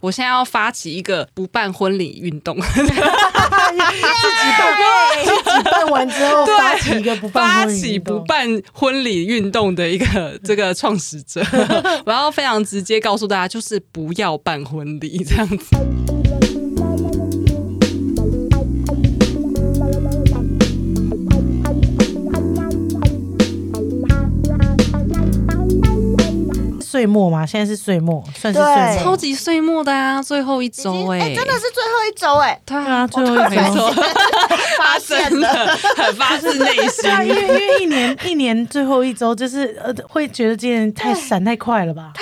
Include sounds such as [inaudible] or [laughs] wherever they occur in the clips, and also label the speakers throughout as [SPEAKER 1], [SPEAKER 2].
[SPEAKER 1] 我现在要发起一个不办婚礼运 [laughs] 动，
[SPEAKER 2] 自己办，自己办完之后发起一个不办
[SPEAKER 1] 发
[SPEAKER 2] 婚礼
[SPEAKER 1] 起
[SPEAKER 2] 运动
[SPEAKER 1] 不办婚礼运动的一个这个创始 [laughs] 者，我要非常直接告诉大家，就是不要办婚礼这样子。
[SPEAKER 2] 岁末嘛，现在是岁末，算是
[SPEAKER 3] 对
[SPEAKER 2] 岁末
[SPEAKER 1] 超。级岁末的啊，最后一
[SPEAKER 3] 已
[SPEAKER 1] 周
[SPEAKER 3] 经
[SPEAKER 1] 哎、
[SPEAKER 3] 哎，真的是最后一周哎，
[SPEAKER 1] 对
[SPEAKER 2] 对啊，
[SPEAKER 1] 啊，
[SPEAKER 2] 最后一
[SPEAKER 1] 没
[SPEAKER 2] 周。
[SPEAKER 1] 错， [laughs]
[SPEAKER 3] 发现
[SPEAKER 1] 真
[SPEAKER 3] 了。
[SPEAKER 1] 的很发自内心
[SPEAKER 2] 对。啊，因为因为一年一年最后一周，就是呃，会觉得今年太闪太快了吧？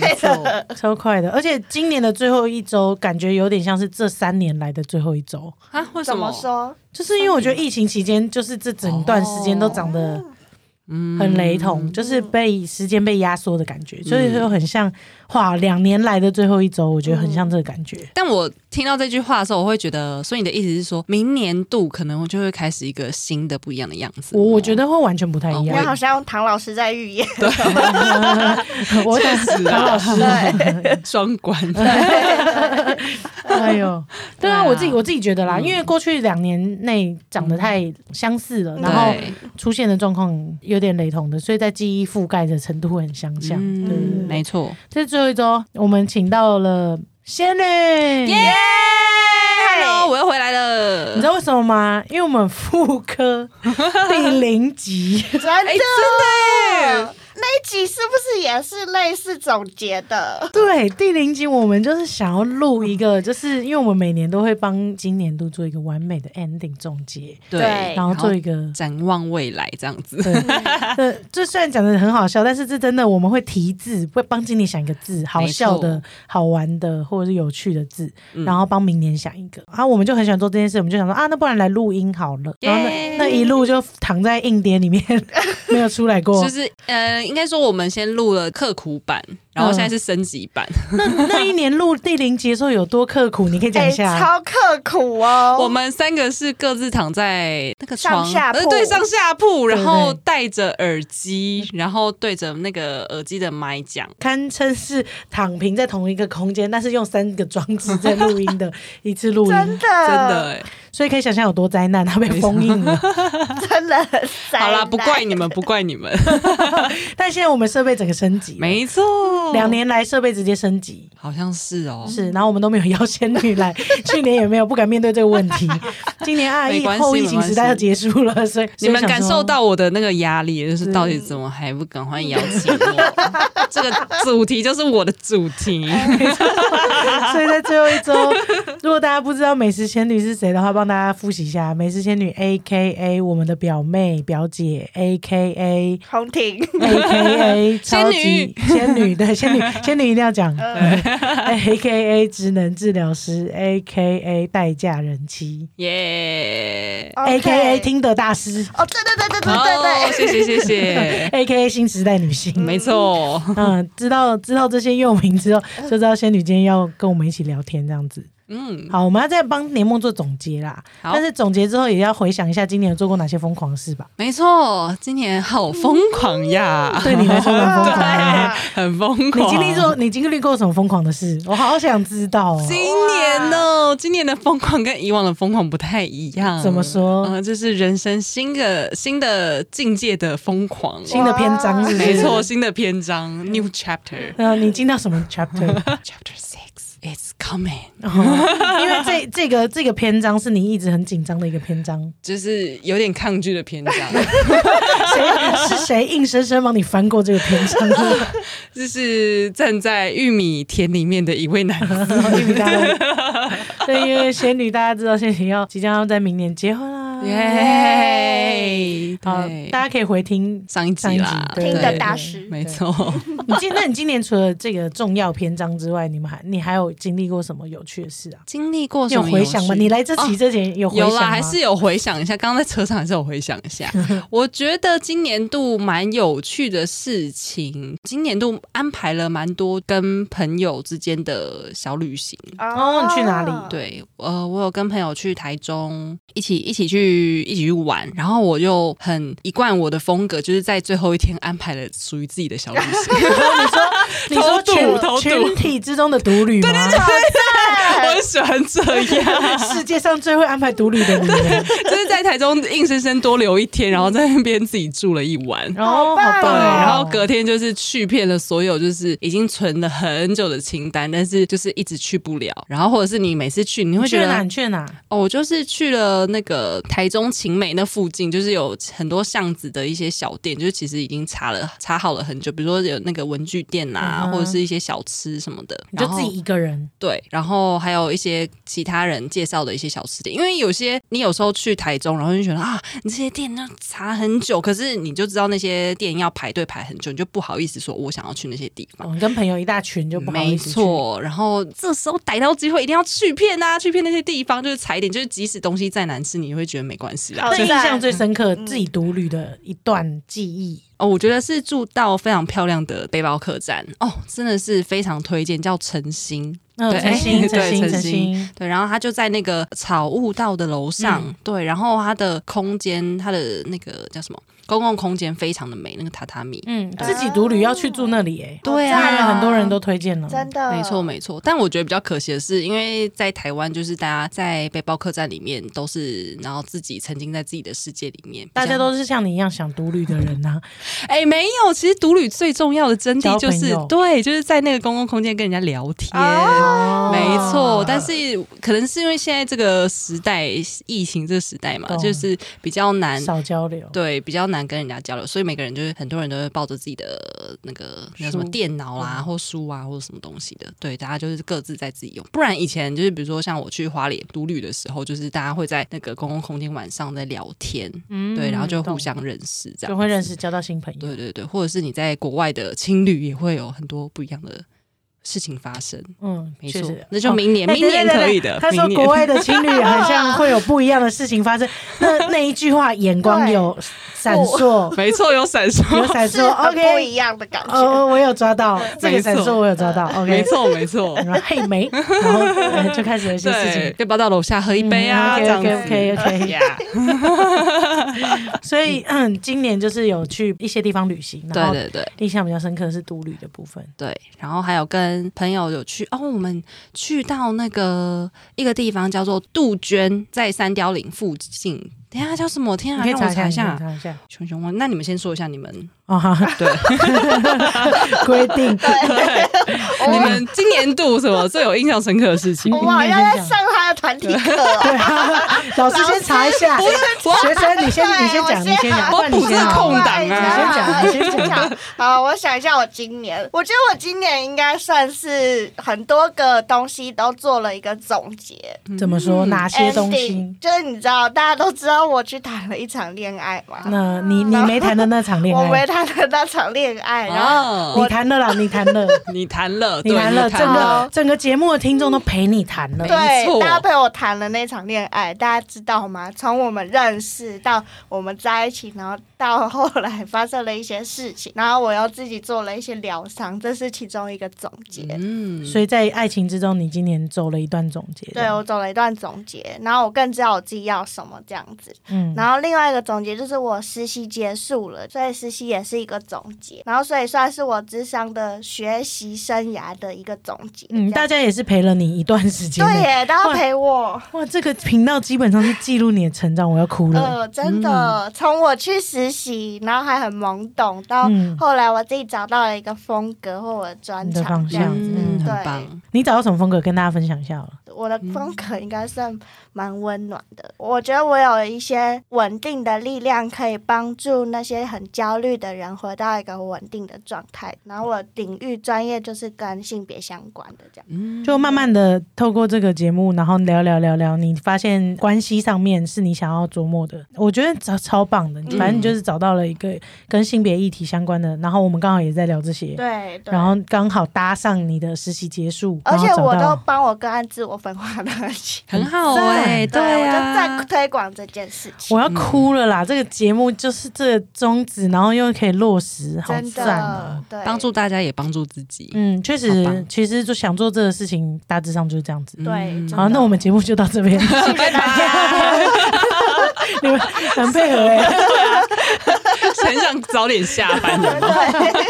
[SPEAKER 3] 对的
[SPEAKER 2] 超快的，而且今年的最后一周，感觉有点像是这三年来的最后一周，
[SPEAKER 1] 啊？为
[SPEAKER 3] 怎
[SPEAKER 1] 什
[SPEAKER 3] 么说？
[SPEAKER 2] 就是因为我觉得疫情期间，就是这整段时间都长得
[SPEAKER 1] 嗯
[SPEAKER 2] 很雷同，就是被时间被压缩的感觉，所以就很像哇，两年来的最后一周，我觉得很像这个感觉。
[SPEAKER 1] 但我听到这句话的时候，我会觉得，所以你的意思是说，明年度可能就会开始一个新的不一样的样子。
[SPEAKER 2] 我我觉得会完全不太一
[SPEAKER 3] 你
[SPEAKER 1] 对
[SPEAKER 2] 样
[SPEAKER 3] 哦好，像 [laughs] 唐老师在
[SPEAKER 1] [laughs]
[SPEAKER 3] 预言，
[SPEAKER 2] [laughs] 我
[SPEAKER 1] 确实 [laughs] 啊，
[SPEAKER 3] 对，
[SPEAKER 1] 双关。
[SPEAKER 2] 哎呦， [laughs] 对
[SPEAKER 1] 对
[SPEAKER 2] 啊，
[SPEAKER 1] 啊
[SPEAKER 2] 我自己我自己觉得啦，因为过去两年内长得太相似了，然后
[SPEAKER 1] 对
[SPEAKER 2] 出现的状况有点雷同的，所以在记忆覆盖的程度很相像。对对对
[SPEAKER 1] 嗯，没错。
[SPEAKER 2] 这是最后一周，我们请到了仙女。
[SPEAKER 1] 耶！Hello，我又回来
[SPEAKER 2] 嗯你知
[SPEAKER 1] 了。
[SPEAKER 2] 道为什么吗？因为我们妇科第零集，
[SPEAKER 3] 真的
[SPEAKER 1] 哎，真的耶，
[SPEAKER 3] 那一集是不是也是类似总结的？
[SPEAKER 2] 对第零集，我们就是想要录一个，就是因为我们每年都会帮今年度做一个完美的 ending 总结，
[SPEAKER 1] 对，
[SPEAKER 2] 然后做一个
[SPEAKER 1] 展望未来这样子。
[SPEAKER 2] 对， [laughs] 对，这虽然讲的很好笑，但是这真的我们会提字，会帮经理想一个字，好笑
[SPEAKER 1] 没
[SPEAKER 2] 的
[SPEAKER 1] 错、
[SPEAKER 2] 好玩的或者是有趣的字，
[SPEAKER 1] 嗯
[SPEAKER 2] 然后帮明年想一个。然后我们就很喜欢做这件事，我们就想说啊，那不然来录音好了。然后
[SPEAKER 1] 耶
[SPEAKER 2] 那那一路就躺在硬碟
[SPEAKER 1] [laughs]
[SPEAKER 2] 里面没有出来过
[SPEAKER 1] 就。是呃，应该说我们先录了刻苦版，然
[SPEAKER 2] 嗯
[SPEAKER 1] 后现在是升级版。
[SPEAKER 2] 那那一年录第零集的时候有多刻苦，你可以讲一下。
[SPEAKER 1] 哎
[SPEAKER 3] 哎超刻苦哦，
[SPEAKER 1] 我们三个是各自躺在那个床
[SPEAKER 3] 上下铺
[SPEAKER 1] 呃对，上下铺，
[SPEAKER 2] 对
[SPEAKER 1] 然后戴着耳机，然后对着那个耳机的麦讲。
[SPEAKER 2] 堪称是躺平在同一个空间，但是用三个装置在录音
[SPEAKER 1] [laughs]
[SPEAKER 2] 的一次录
[SPEAKER 3] 真
[SPEAKER 2] 音，
[SPEAKER 3] 的
[SPEAKER 1] 真的、欸，
[SPEAKER 2] 所以可以想象有多灾难，他被封印了。 [laughs]
[SPEAKER 3] 真的很塞
[SPEAKER 1] 好啦，
[SPEAKER 3] 奶
[SPEAKER 1] 不怪你们，不怪你
[SPEAKER 2] [laughs]
[SPEAKER 1] 们，
[SPEAKER 2] 但现在我们设备整个升级了，
[SPEAKER 1] 没错，
[SPEAKER 2] 两年来设备直接升级。
[SPEAKER 1] 好像是哦，
[SPEAKER 2] 是，然后我们都没有邀仙女
[SPEAKER 1] [laughs]
[SPEAKER 2] 来，去年也没有不敢面对这个问题。今年啊，
[SPEAKER 1] 没
[SPEAKER 2] 疫
[SPEAKER 1] 关系
[SPEAKER 2] 后疫情时代要结束了，所以
[SPEAKER 1] 你们感受，到我的那个压力，就是
[SPEAKER 2] 是
[SPEAKER 1] 到底怎么还不赶快邀请 [laughs] 我？这个主题就是我的主题，
[SPEAKER 2] 所以在最后一
[SPEAKER 1] [laughs]
[SPEAKER 2] 周，如果大家不知道美食仙女是谁的话，帮大家复习一下：美食仙女 A K A 我们的表妹表姐 A K
[SPEAKER 1] [laughs]
[SPEAKER 2] A。
[SPEAKER 3] 红婷
[SPEAKER 2] A K A
[SPEAKER 1] 仙
[SPEAKER 2] 超
[SPEAKER 1] 女呃
[SPEAKER 2] 级仙女对仙女仙女一定要讲 A K A 职能治疗师 A K A 代驾人妻
[SPEAKER 1] [laughs] 耶！
[SPEAKER 2] A K A
[SPEAKER 3] ，OK
[SPEAKER 2] 听的大师
[SPEAKER 3] 哦，对对对对对
[SPEAKER 1] 哦，
[SPEAKER 3] 对对，
[SPEAKER 1] 谢谢谢 [laughs] 谢，
[SPEAKER 2] A K A 新时代女性。
[SPEAKER 1] 没错，
[SPEAKER 2] 嗯，知道知道这些用名
[SPEAKER 1] [laughs]
[SPEAKER 2] 之后，就知道仙女今天要跟我们一起聊天这样子。
[SPEAKER 1] 嗯，
[SPEAKER 2] 好，我们要再帮年末做总结啦。
[SPEAKER 1] 好
[SPEAKER 2] 但是总结之后，也要回想一下今年有做过哪些疯狂事吧。
[SPEAKER 1] 没错，今年好疯狂呀！
[SPEAKER 2] 对你来说很疯
[SPEAKER 1] [laughs]
[SPEAKER 2] 狂
[SPEAKER 3] 对
[SPEAKER 2] 啊。
[SPEAKER 1] 很疯
[SPEAKER 2] 你
[SPEAKER 1] 狂。啊
[SPEAKER 2] 经历过你经历过什么疯狂的事？我好想知道、哦。
[SPEAKER 1] 今年呢，今年的疯狂跟以往的疯狂不太一样。
[SPEAKER 2] 怎么说
[SPEAKER 1] 嗯、这是人生新的新的境界的疯狂。
[SPEAKER 2] 新的篇章是不是
[SPEAKER 1] [laughs] 没
[SPEAKER 2] [laughs]
[SPEAKER 1] 错，。新的篇章，new chapter，chapter
[SPEAKER 2] 嗯、你进到什么 [laughs] chapter？、
[SPEAKER 1] [laughs] six。It's coming，
[SPEAKER 2] 哦因为这这个这个篇章是你一直很紧张的一个篇章，
[SPEAKER 1] 就是有点抗拒的篇
[SPEAKER 2] [laughs]
[SPEAKER 1] 章，
[SPEAKER 2] 谁 [laughs] 是谁硬生生帮你翻过这个篇章？
[SPEAKER 1] 就是站在玉米田里面的一位男
[SPEAKER 2] [laughs]
[SPEAKER 1] 子。
[SPEAKER 2] 玉米大陆。 [laughs] 对，因为仙女大家知道，仙女要即将要在明年结婚啦。
[SPEAKER 1] 耶！
[SPEAKER 2] 好，
[SPEAKER 1] 对，
[SPEAKER 2] 大家可以回听。
[SPEAKER 1] 上一集啦，
[SPEAKER 2] 上一集对
[SPEAKER 3] 听
[SPEAKER 1] 对
[SPEAKER 3] 的大师，
[SPEAKER 1] 没错。
[SPEAKER 2] 你今那你今年除了这个重要篇章之外，你们还你还有经历过什么有趣的事啊？
[SPEAKER 1] 经历过
[SPEAKER 2] 你
[SPEAKER 1] 什
[SPEAKER 2] 有
[SPEAKER 1] 么
[SPEAKER 2] 回想吗？
[SPEAKER 1] 有趣
[SPEAKER 2] 你来这
[SPEAKER 1] 哦
[SPEAKER 2] 期之前有回想
[SPEAKER 1] 有啦，
[SPEAKER 2] 吗？
[SPEAKER 1] 还是有回想一下。刚刚在车上还是有回想一
[SPEAKER 2] [laughs]
[SPEAKER 1] 下。我觉得今年度蛮有趣的事情，今年度安排了蛮多跟朋友之间的小旅行。
[SPEAKER 2] 哦你去哪里
[SPEAKER 1] 对，呃，我有跟朋友去台中，一起一起去一起去玩，然后我就很一贯我的风格，就是在最后一天安排了属
[SPEAKER 2] [laughs]
[SPEAKER 1] 于自己的小旅行。
[SPEAKER 2] 你说
[SPEAKER 1] 偷渡偷渡
[SPEAKER 2] 群群体之中的独旅吗？
[SPEAKER 3] 好赞哎
[SPEAKER 1] 喜欢这样，
[SPEAKER 2] 世界上最会安排独旅的你，
[SPEAKER 1] 就是在台中硬生生多留一天，然后在那边自己住了一晚。
[SPEAKER 2] 然后
[SPEAKER 3] 好
[SPEAKER 2] 好
[SPEAKER 3] 棒
[SPEAKER 1] 对，
[SPEAKER 2] 棒哦，
[SPEAKER 3] 哦
[SPEAKER 1] 然后隔天就是去遍了所有就是已经存了很久的清单，但是就是一直去不了。然后或者是你每次去，你会
[SPEAKER 2] 你去
[SPEAKER 1] 觉
[SPEAKER 2] 了哪？
[SPEAKER 1] 得
[SPEAKER 2] 你去了哪？
[SPEAKER 1] 哦，我就是去了那个台中晴美那附近，就是有很多巷子的一些小店，就是其实已经查了查好了很久，比如说有那个文具店啊，
[SPEAKER 2] 嗯哼
[SPEAKER 1] 或者是一些小吃什么的，
[SPEAKER 2] 你就
[SPEAKER 1] 然后
[SPEAKER 2] 自己一个人，
[SPEAKER 1] 对，然后还有一些其他人介绍的一些小吃店，因为有些你有时候去台中，然后就觉得啊，你这些店要查很久，可是你就知道那些店要排队排很久，你就不好意思说我想要去那些地方。
[SPEAKER 2] 哦，你跟朋友一大群就不好
[SPEAKER 1] 没
[SPEAKER 2] 意思去。
[SPEAKER 1] 错，然后这时候逮到机会一定要去骗啊，去骗那些地方，就是踩点，就是即使东西再难吃，你也会觉得没关系啦。
[SPEAKER 3] 好
[SPEAKER 2] 最印
[SPEAKER 3] 赞
[SPEAKER 2] 象
[SPEAKER 1] 嗯
[SPEAKER 2] 最深刻自己独旅的一段记忆，
[SPEAKER 1] 哦，我觉得是住到非常漂亮的背包客栈哦，真的是非常推荐，叫晨星。
[SPEAKER 2] 嗯，
[SPEAKER 1] 对
[SPEAKER 2] 陈星，
[SPEAKER 1] [laughs] 对
[SPEAKER 2] 陈星，
[SPEAKER 1] 陈
[SPEAKER 2] 陈星，
[SPEAKER 1] 对，然后他就在那个草悟道的楼上，
[SPEAKER 2] 嗯
[SPEAKER 1] 对，然后他的空间，他的那个叫什么公共空间非常的美，那个榻榻米，
[SPEAKER 2] 嗯，自己独旅要去住那里，哎，
[SPEAKER 1] 对
[SPEAKER 2] 当然
[SPEAKER 1] 啊，
[SPEAKER 2] 很多人都推荐了，
[SPEAKER 3] 真的，
[SPEAKER 1] 没错没错。但我觉得比较可惜的是，因为在台湾，就是大家在背包客栈里面都是，然后自己沉浸在自己的世界里面，
[SPEAKER 2] 大
[SPEAKER 1] 比
[SPEAKER 2] 家
[SPEAKER 1] 较
[SPEAKER 2] 都是像你一样想独旅的人啊呐、
[SPEAKER 1] 哎、没有，其实独旅最重要的真谛就
[SPEAKER 2] 交朋
[SPEAKER 1] 是
[SPEAKER 2] 友
[SPEAKER 1] 对，就是在那个公共空间跟人家聊天。
[SPEAKER 3] 哦
[SPEAKER 1] 没错，
[SPEAKER 2] 啊
[SPEAKER 1] 但是可能是因为现在这个时代，疫情这个时代嘛，
[SPEAKER 2] 懂
[SPEAKER 1] 就是比较难
[SPEAKER 2] 少交流。
[SPEAKER 1] 对，比较难跟人家交流，所以每个人就是很多人都会抱着自己的那个那什么
[SPEAKER 2] 书
[SPEAKER 1] 电脑啦、
[SPEAKER 2] 嗯
[SPEAKER 1] 或书啊或者什么东西的，对，大家就是各自在自己用。不然以前就是比如说像我去花莲独旅的时候，就是大家会在那个公共空间晚上在聊天，
[SPEAKER 2] 嗯
[SPEAKER 1] 对，然后就
[SPEAKER 2] 懂
[SPEAKER 1] 互相认识这样，
[SPEAKER 2] 就会认。识，交到新朋友。
[SPEAKER 1] 对对对，或者是你在国外的青旅也会有很多不一样的事情发生，
[SPEAKER 2] 嗯，
[SPEAKER 1] 没
[SPEAKER 2] 确
[SPEAKER 1] 错
[SPEAKER 2] 实，
[SPEAKER 1] 那就
[SPEAKER 2] 哦
[SPEAKER 1] 明年，
[SPEAKER 2] 哎
[SPEAKER 1] 明年
[SPEAKER 2] 对对对
[SPEAKER 1] 可以
[SPEAKER 2] 对
[SPEAKER 1] 的，
[SPEAKER 2] 他说
[SPEAKER 1] 明年
[SPEAKER 2] 国外的情侣好像会有不一样的事情发生。那那一句话眼光有闪
[SPEAKER 1] [laughs]
[SPEAKER 2] 烁，
[SPEAKER 1] [laughs] 没错，有闪烁，
[SPEAKER 2] 有闪
[SPEAKER 3] 是
[SPEAKER 2] 烁。
[SPEAKER 1] [laughs]
[SPEAKER 3] 很不
[SPEAKER 2] OK，
[SPEAKER 3] 一样的感觉。
[SPEAKER 2] 哦，我有抓到这个闪
[SPEAKER 1] 没
[SPEAKER 2] 烁，
[SPEAKER 1] 错
[SPEAKER 2] 我有抓到。
[SPEAKER 1] 没
[SPEAKER 2] OK，
[SPEAKER 1] 错，没错。
[SPEAKER 2] 然后嘿没，然后呃就开始有一些事
[SPEAKER 1] 对，
[SPEAKER 2] 情。
[SPEAKER 1] 背包到楼下喝一杯啊，这样子。
[SPEAKER 2] OK OK OK，
[SPEAKER 1] 呀，
[SPEAKER 2] 所以嗯，今年就是有去一些地方旅行，然
[SPEAKER 1] 对 [laughs]
[SPEAKER 2] 后
[SPEAKER 1] 对对
[SPEAKER 2] 印象比较深刻的是独旅的部分。
[SPEAKER 1] 对，然后还有跟朋友有去哦，我们去到那个一个地方叫做杜鹃，在三貂岭附近。等一下它叫什么？天
[SPEAKER 2] 你
[SPEAKER 1] 啊，
[SPEAKER 2] 可以
[SPEAKER 1] 让我
[SPEAKER 2] 查一下，
[SPEAKER 1] 查一
[SPEAKER 2] 你可以
[SPEAKER 1] 下。
[SPEAKER 2] 查一下。
[SPEAKER 1] 熊熊问，那你们先说一下你们
[SPEAKER 2] 哦，好，
[SPEAKER 1] 对
[SPEAKER 2] 规定
[SPEAKER 1] [laughs]
[SPEAKER 3] 我
[SPEAKER 1] 你们今年度什么最有印象深刻的事
[SPEAKER 2] [laughs]
[SPEAKER 1] 情？
[SPEAKER 2] 嗯
[SPEAKER 3] 我们好像在上他的团体课哦，
[SPEAKER 2] 对啊，老师先查一下。
[SPEAKER 3] [laughs]
[SPEAKER 2] 学生，你先你先
[SPEAKER 3] 对
[SPEAKER 2] 讲，
[SPEAKER 3] 我
[SPEAKER 2] 你先讲，
[SPEAKER 1] 我
[SPEAKER 2] 不然你
[SPEAKER 1] 补这
[SPEAKER 2] 先
[SPEAKER 1] 个
[SPEAKER 2] 讲
[SPEAKER 1] 空档啊
[SPEAKER 3] 对
[SPEAKER 2] 你先讲你先讲。
[SPEAKER 3] 好，我想一下，我今年，我觉得我今年应该算是很多个东西都做了一个总结。
[SPEAKER 2] 怎么说？哪些东
[SPEAKER 3] ending，
[SPEAKER 2] 西？
[SPEAKER 3] 就是你知道，大家都知道我去谈了一场恋爱嘛，
[SPEAKER 2] 那你你没谈的那场恋
[SPEAKER 3] 我没
[SPEAKER 2] 爱，
[SPEAKER 3] 谈的那场恋爱，然后
[SPEAKER 1] 哦，
[SPEAKER 2] 你谈了啦，你谈了，
[SPEAKER 1] 你谈了，
[SPEAKER 2] 你
[SPEAKER 1] 对
[SPEAKER 2] 谈了，
[SPEAKER 1] 你谈
[SPEAKER 2] 整
[SPEAKER 1] 了
[SPEAKER 2] 个，整个节目的听众都陪你谈了。
[SPEAKER 1] 没错
[SPEAKER 3] 对，大家陪我谈了那场恋爱，大家知道吗？从我们认识到我们在一起，然后到后来发生了一些事情，然后我又自己做了一些疗伤，这是其中一个总结。
[SPEAKER 1] 嗯，
[SPEAKER 2] 所以在爱情之中，你今年走了一段总结。
[SPEAKER 3] 对哦我走了一段总结，然后我更知道我自己要什么这样子。
[SPEAKER 2] 嗯，
[SPEAKER 3] 然后另外一个总结就是我实习结束了，所以实习也是一个总结，然后所以算是我智商的学习生涯的一个总结。
[SPEAKER 2] 嗯，
[SPEAKER 3] 这
[SPEAKER 2] 大
[SPEAKER 3] 样
[SPEAKER 2] 家也是陪了你一段时间。
[SPEAKER 3] 对耶，大家陪我。
[SPEAKER 2] 哇，这个频道基本上是记录你的成长，我要哭了。
[SPEAKER 3] 呃，真
[SPEAKER 2] 嗯
[SPEAKER 3] 的，从我去实习，然后还很懵懂，到
[SPEAKER 2] 嗯
[SPEAKER 3] 后来我自己找到了一个风格或我的专
[SPEAKER 2] 你的
[SPEAKER 3] 长
[SPEAKER 2] 方
[SPEAKER 3] 这样
[SPEAKER 2] 向
[SPEAKER 3] 子。
[SPEAKER 1] 嗯，
[SPEAKER 3] 对
[SPEAKER 1] 很棒，
[SPEAKER 2] 你找到什么风格，跟大家分享一下好了。
[SPEAKER 3] 我的风格应该算蛮温暖的。我觉得我有一些稳定的力量，可以帮助那些很焦虑的人回到一个稳定的状态。然后我领域专业就是跟性别相关的这样。
[SPEAKER 1] 嗯，
[SPEAKER 2] 就慢慢的透过这个节目，然后聊聊聊聊，你发现关系上面是你想要琢磨的，我觉得超超棒的。
[SPEAKER 3] 嗯
[SPEAKER 2] 反正你就是找到了一个跟性别议题相关的，然后我们刚好也在聊这些，
[SPEAKER 3] 对对。
[SPEAKER 2] 然后刚好搭上你的实习结束，
[SPEAKER 3] 而且
[SPEAKER 2] 然后
[SPEAKER 3] 我
[SPEAKER 2] 找
[SPEAKER 3] 都
[SPEAKER 2] 到
[SPEAKER 3] 帮我个案自我分化的很
[SPEAKER 2] [laughs]
[SPEAKER 3] 细，
[SPEAKER 1] 很好
[SPEAKER 2] 赞
[SPEAKER 1] 哎，
[SPEAKER 3] 我就
[SPEAKER 1] 啊
[SPEAKER 3] 在，推广这件事情。
[SPEAKER 2] 我要哭了啦！这个节目就是这个宗旨，然后又可以落实，好
[SPEAKER 3] 真
[SPEAKER 2] 赞啊！
[SPEAKER 3] 的，对，
[SPEAKER 1] 帮助大家也帮助自己，
[SPEAKER 2] 嗯，确
[SPEAKER 1] 好
[SPEAKER 2] 实，
[SPEAKER 1] 棒
[SPEAKER 2] 其实就想做这个事情，大致上就是这样子。
[SPEAKER 3] 对
[SPEAKER 1] 嗯
[SPEAKER 3] 真
[SPEAKER 2] 好，
[SPEAKER 3] 的 [laughs]
[SPEAKER 2] 那我们节目就到这边，
[SPEAKER 3] 谢谢大家。
[SPEAKER 2] [laughs] 你们很配合哎、
[SPEAKER 1] 很想早点下班的。 [laughs]
[SPEAKER 3] 对，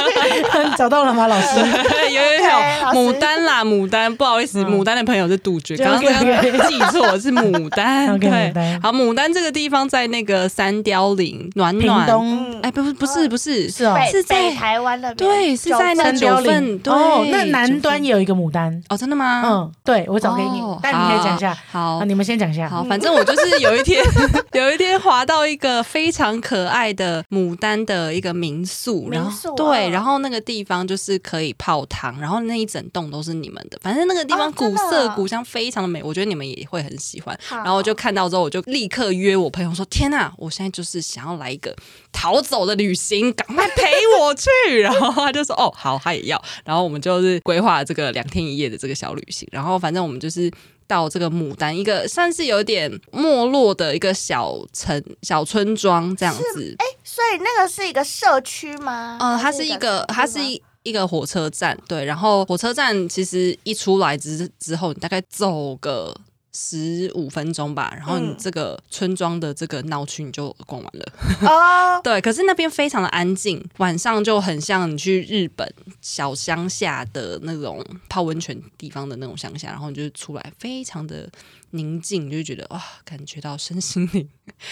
[SPEAKER 2] [laughs] [laughs] 找到了吗，老师？
[SPEAKER 1] 有有有，有
[SPEAKER 3] 老师
[SPEAKER 1] 牡丹啦，牡丹，不好意思，
[SPEAKER 2] 嗯
[SPEAKER 1] 牡丹的朋友是杜绝，
[SPEAKER 2] 就
[SPEAKER 1] 刚刚
[SPEAKER 2] OK，OK
[SPEAKER 1] 那个记错是牡
[SPEAKER 2] [laughs]
[SPEAKER 1] 丹，
[SPEAKER 2] OK，牡
[SPEAKER 1] 对
[SPEAKER 2] 丹，
[SPEAKER 1] 好，牡丹这个地方在那个三貂岭暖
[SPEAKER 2] 屏
[SPEAKER 1] 暖，
[SPEAKER 2] 东
[SPEAKER 3] 嗯
[SPEAKER 1] 哎，不是不是不是，
[SPEAKER 2] 是哦，
[SPEAKER 3] 北
[SPEAKER 1] 哎是在
[SPEAKER 3] 北台湾那边，
[SPEAKER 1] 对是
[SPEAKER 3] 九
[SPEAKER 1] 在那
[SPEAKER 3] 份
[SPEAKER 1] 个
[SPEAKER 2] 三角
[SPEAKER 1] 九
[SPEAKER 2] 岭
[SPEAKER 1] 份对
[SPEAKER 2] 哦，那南
[SPEAKER 1] 九
[SPEAKER 2] 端
[SPEAKER 1] 份
[SPEAKER 2] 也有一个牡丹，
[SPEAKER 1] 哦，真的吗？
[SPEAKER 2] 嗯，对我
[SPEAKER 1] 哦，
[SPEAKER 2] 找给你，但你可以讲一下。
[SPEAKER 1] 好
[SPEAKER 2] 啊，。你们先讲一下。
[SPEAKER 1] 好，反正我就是有一天， [laughs] 有一天滑到一个非常可爱的牡丹的一个民宿，然
[SPEAKER 3] 民宿
[SPEAKER 1] 后
[SPEAKER 3] 啊
[SPEAKER 1] 对，然后那个地方就是可以泡汤，然后那一整栋都是你们的，反正那个地方
[SPEAKER 3] 哦真
[SPEAKER 1] 古
[SPEAKER 3] 的啊
[SPEAKER 1] 色古香，非常的美，我觉得你们也会很喜欢。
[SPEAKER 3] 好
[SPEAKER 1] 然后我就看到之后，我就立刻约我朋友说：“天呐，我现在就是想要来一个逃走的旅行，赶快陪我去。”然后他就说：“哦，好，他也要。”然后我们就是规划这个两天一夜的这个小旅行。然后反正我们就是到这个牡丹一个算是有点没落的一个小城小村庄这样子。
[SPEAKER 3] 所以那个是一个社区吗？
[SPEAKER 1] 嗯、它
[SPEAKER 3] 还
[SPEAKER 1] 是一
[SPEAKER 3] 啊个
[SPEAKER 1] 个，它是一。一个火车站，对，然后火车站其实一出来之之后，你大概走个十五分钟吧，然后你
[SPEAKER 3] 嗯
[SPEAKER 1] 这个村庄的这个闹区你就逛完了。
[SPEAKER 3] 地方哦，
[SPEAKER 1] 对，可是那边非常的安静，晚上就很像你去日本小乡下的那种泡温泉地方的那种乡下，然后你就出来非常的宁静，你就会觉得哇，感觉到身心灵。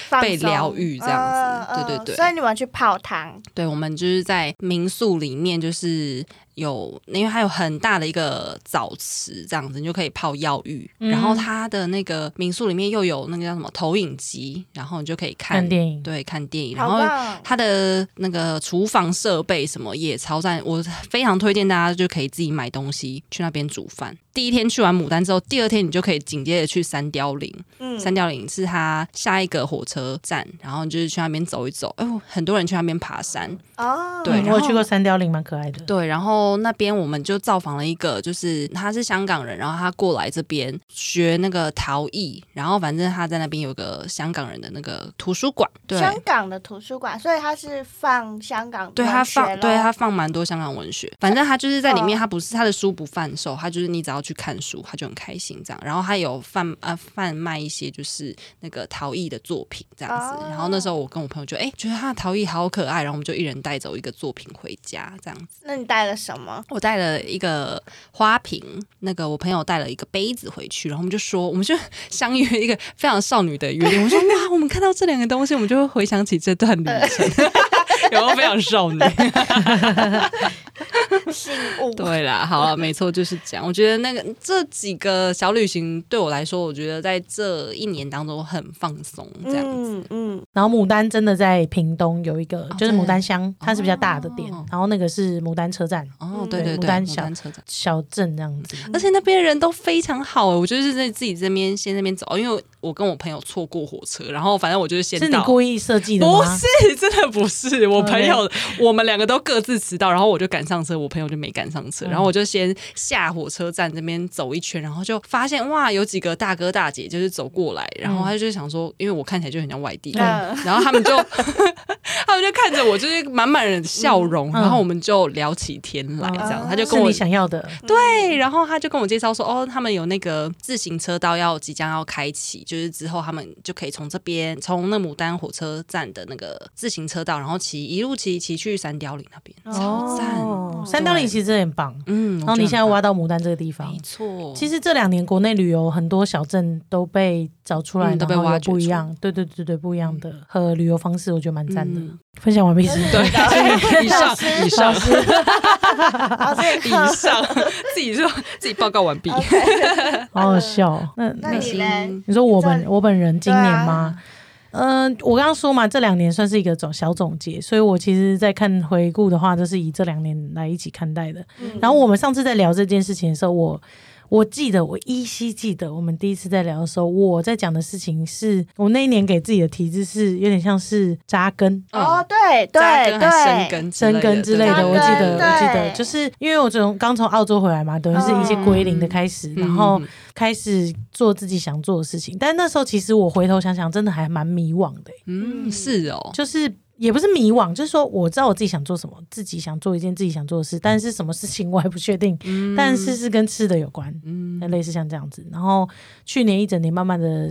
[SPEAKER 3] 放
[SPEAKER 1] 被
[SPEAKER 3] 松
[SPEAKER 1] 疗愈这样子
[SPEAKER 3] 嗯
[SPEAKER 1] 对对
[SPEAKER 3] 嗯
[SPEAKER 1] 对
[SPEAKER 3] 所以你们去泡汤，
[SPEAKER 1] 对，我们就是在民宿里面，就是有，因为它有很大的一个澡池，这样子你就可以泡药浴，
[SPEAKER 2] 嗯
[SPEAKER 1] 然后它的那个民宿里面又有那个叫什么投影机，然后你就可以
[SPEAKER 2] 看
[SPEAKER 1] 看
[SPEAKER 2] 电影，
[SPEAKER 1] 对，看电影，然
[SPEAKER 3] 好
[SPEAKER 1] 后
[SPEAKER 3] 棒！
[SPEAKER 1] 它的那个厨房设备什么也超赞，我非常推荐大家就可以自己买东西去那边煮饭。第一天去完牡丹之后，第二天你就可以紧接着去三貂岭，
[SPEAKER 3] 嗯
[SPEAKER 1] 三貂岭是它下一个火车站，然后你就是去那边走一走。哎呦，很多人去那边爬山，
[SPEAKER 3] 哦，
[SPEAKER 1] 对
[SPEAKER 2] 嗯
[SPEAKER 1] 然
[SPEAKER 2] 我
[SPEAKER 1] 后
[SPEAKER 2] 有去过三貂岭，蛮可爱的。
[SPEAKER 1] 对，然后那边我们就造访了一个，就是他是香港人，然后他过来这边学那个陶艺，然后反正他在那边有个香港人的那个图书馆，对。
[SPEAKER 3] 香港的图书馆，所以它是放香港
[SPEAKER 1] 对他
[SPEAKER 3] 文学
[SPEAKER 1] 放，对
[SPEAKER 3] 咯
[SPEAKER 1] 他放蛮多香港文学，反正他就是在里面，
[SPEAKER 3] 嗯
[SPEAKER 1] 他不是他的书不贩售，他就是你只要去看书，他就很开心这样。然后他有贩呃贩卖一些就是那个陶艺的作品这样子。
[SPEAKER 3] 哦
[SPEAKER 1] 然后那时候我跟我朋友就哎、觉得他的陶艺好可爱，然后我们就一人带走一个作品回家这样子。
[SPEAKER 3] 那你带了什么？
[SPEAKER 1] 我带了一个花瓶，那个我朋友带了一个杯子回去，然后我们就说，我们就 [laughs] 相约一个非常少女的约定。我 [laughs] 说哇，我们看到这两个东西，我们就会回想起这段旅程， [laughs] 有没有非常少女？
[SPEAKER 3] 信物。
[SPEAKER 1] [laughs] 对啦，好了，没错，就是这样。我觉得那个这几个小旅行对我来说，我觉得在这一年当中很放松，这样子。
[SPEAKER 3] 嗯嗯，
[SPEAKER 2] 然后牡丹真的在屏东有一个，就是
[SPEAKER 1] 哦真的
[SPEAKER 2] 牡丹乡，它是比较大的店
[SPEAKER 1] 哦，
[SPEAKER 2] 然后那个是牡丹车站
[SPEAKER 1] 哦，
[SPEAKER 3] 嗯
[SPEAKER 1] 对对
[SPEAKER 2] 牡
[SPEAKER 1] 对，
[SPEAKER 2] 丹
[SPEAKER 1] 牡
[SPEAKER 2] 小
[SPEAKER 1] 丹车站。
[SPEAKER 2] 小镇这样子。
[SPEAKER 1] 而且那边人都非常好、欸，我就是在自己这边先那边走，因为我跟我朋友错过火车，然后反正我就是先
[SPEAKER 2] 是你
[SPEAKER 1] 到。
[SPEAKER 2] 故意设计的
[SPEAKER 1] 不
[SPEAKER 2] 吗？
[SPEAKER 1] 是， [laughs] 真的不是。我朋友我们两个都各自迟到，然后我就赶上车，我朋友就没赶上车。
[SPEAKER 2] 嗯
[SPEAKER 1] 然后我就先下火车站这边走一圈，然后就发现哇，有几个大哥大姐就是走过来，然
[SPEAKER 2] 嗯
[SPEAKER 1] 后他就想说，因为我看起来就很像外地人，
[SPEAKER 3] 嗯
[SPEAKER 1] 然后他们就 [laughs] 他们就看着我，就是满满的笑容，
[SPEAKER 2] 嗯哦
[SPEAKER 1] 然后我们就聊起天来，这样
[SPEAKER 3] 嗯
[SPEAKER 1] 他就跟
[SPEAKER 2] 是
[SPEAKER 1] 我
[SPEAKER 2] 你想要的，
[SPEAKER 1] 对，然后他就跟我介绍说，哦，他们有那个自行车道要即将要开启，就是之后他们就可以从这边从那牡丹火车站的那个自行车道，然后骑一路骑骑去三貂岭那边。
[SPEAKER 3] 超赞
[SPEAKER 2] 哦三貂岭其实真的很棒。
[SPEAKER 1] 嗯，
[SPEAKER 2] 然后你现在
[SPEAKER 1] 我
[SPEAKER 2] 挖到牡丹这个地
[SPEAKER 1] 觉得很棒，
[SPEAKER 2] 方
[SPEAKER 1] 没，错，
[SPEAKER 2] 其实这两年国内旅游很多小镇都被找出来，
[SPEAKER 1] 嗯都被
[SPEAKER 2] 然后有
[SPEAKER 1] 挖掘
[SPEAKER 2] 不一
[SPEAKER 1] 出来
[SPEAKER 2] 样，对对对对，不一样的和旅游方式，我觉得蛮赞的。
[SPEAKER 1] 嗯
[SPEAKER 2] 分享完毕是，
[SPEAKER 1] [laughs] 对，
[SPEAKER 2] [laughs]
[SPEAKER 1] 以上以
[SPEAKER 2] 老
[SPEAKER 1] 上
[SPEAKER 2] 师，
[SPEAKER 1] 嗯
[SPEAKER 3] 哦，
[SPEAKER 1] [laughs]
[SPEAKER 3] 这
[SPEAKER 1] 以
[SPEAKER 3] 个
[SPEAKER 1] 上，自己说自己报告完毕。
[SPEAKER 2] 哦
[SPEAKER 1] 嗯
[SPEAKER 2] 好好笑
[SPEAKER 1] [laughs]
[SPEAKER 2] 哦。那
[SPEAKER 3] 那
[SPEAKER 2] 那
[SPEAKER 3] 你嘞
[SPEAKER 1] 心
[SPEAKER 2] 你说我本
[SPEAKER 3] 这
[SPEAKER 2] 我本人今年
[SPEAKER 1] 啊
[SPEAKER 2] 吗？嗯、我刚刚说嘛，这两年算是一个总小总结，所以我其实，在看回顾的话，就是以这两年来一起看待的。
[SPEAKER 3] 嗯
[SPEAKER 2] 然后我们上次在聊这件事情的时候，我我记得，我依稀记得，我们第一次在聊的时候，我在讲的事情是我那一年给自己的题字是有点像是扎根。
[SPEAKER 3] 哦
[SPEAKER 1] 嗯，
[SPEAKER 3] 对
[SPEAKER 1] 扎
[SPEAKER 3] 对
[SPEAKER 1] 根还是深
[SPEAKER 3] 对，
[SPEAKER 1] 根之类的对
[SPEAKER 2] 生根之类的，
[SPEAKER 1] 对
[SPEAKER 2] 我
[SPEAKER 1] 对
[SPEAKER 2] 记
[SPEAKER 1] 对
[SPEAKER 2] 得，
[SPEAKER 1] 对
[SPEAKER 2] 我记得，
[SPEAKER 3] 对
[SPEAKER 2] 就是因为我从刚从澳洲回来嘛，等于是一些归零的开始，
[SPEAKER 1] 嗯
[SPEAKER 2] 然后开始做自己想做的事情。但那时候其实我回头想想，真的还蛮迷惘的、欸
[SPEAKER 1] 嗯，是哦，
[SPEAKER 2] 就是也不是迷惘，就是说我知道我自己想做什么，自己想做一件自己想做的事，但是什么事情我还不确定，但是是跟吃的有关，
[SPEAKER 1] 嗯
[SPEAKER 2] 类似像这样子。然后去年一整年慢慢的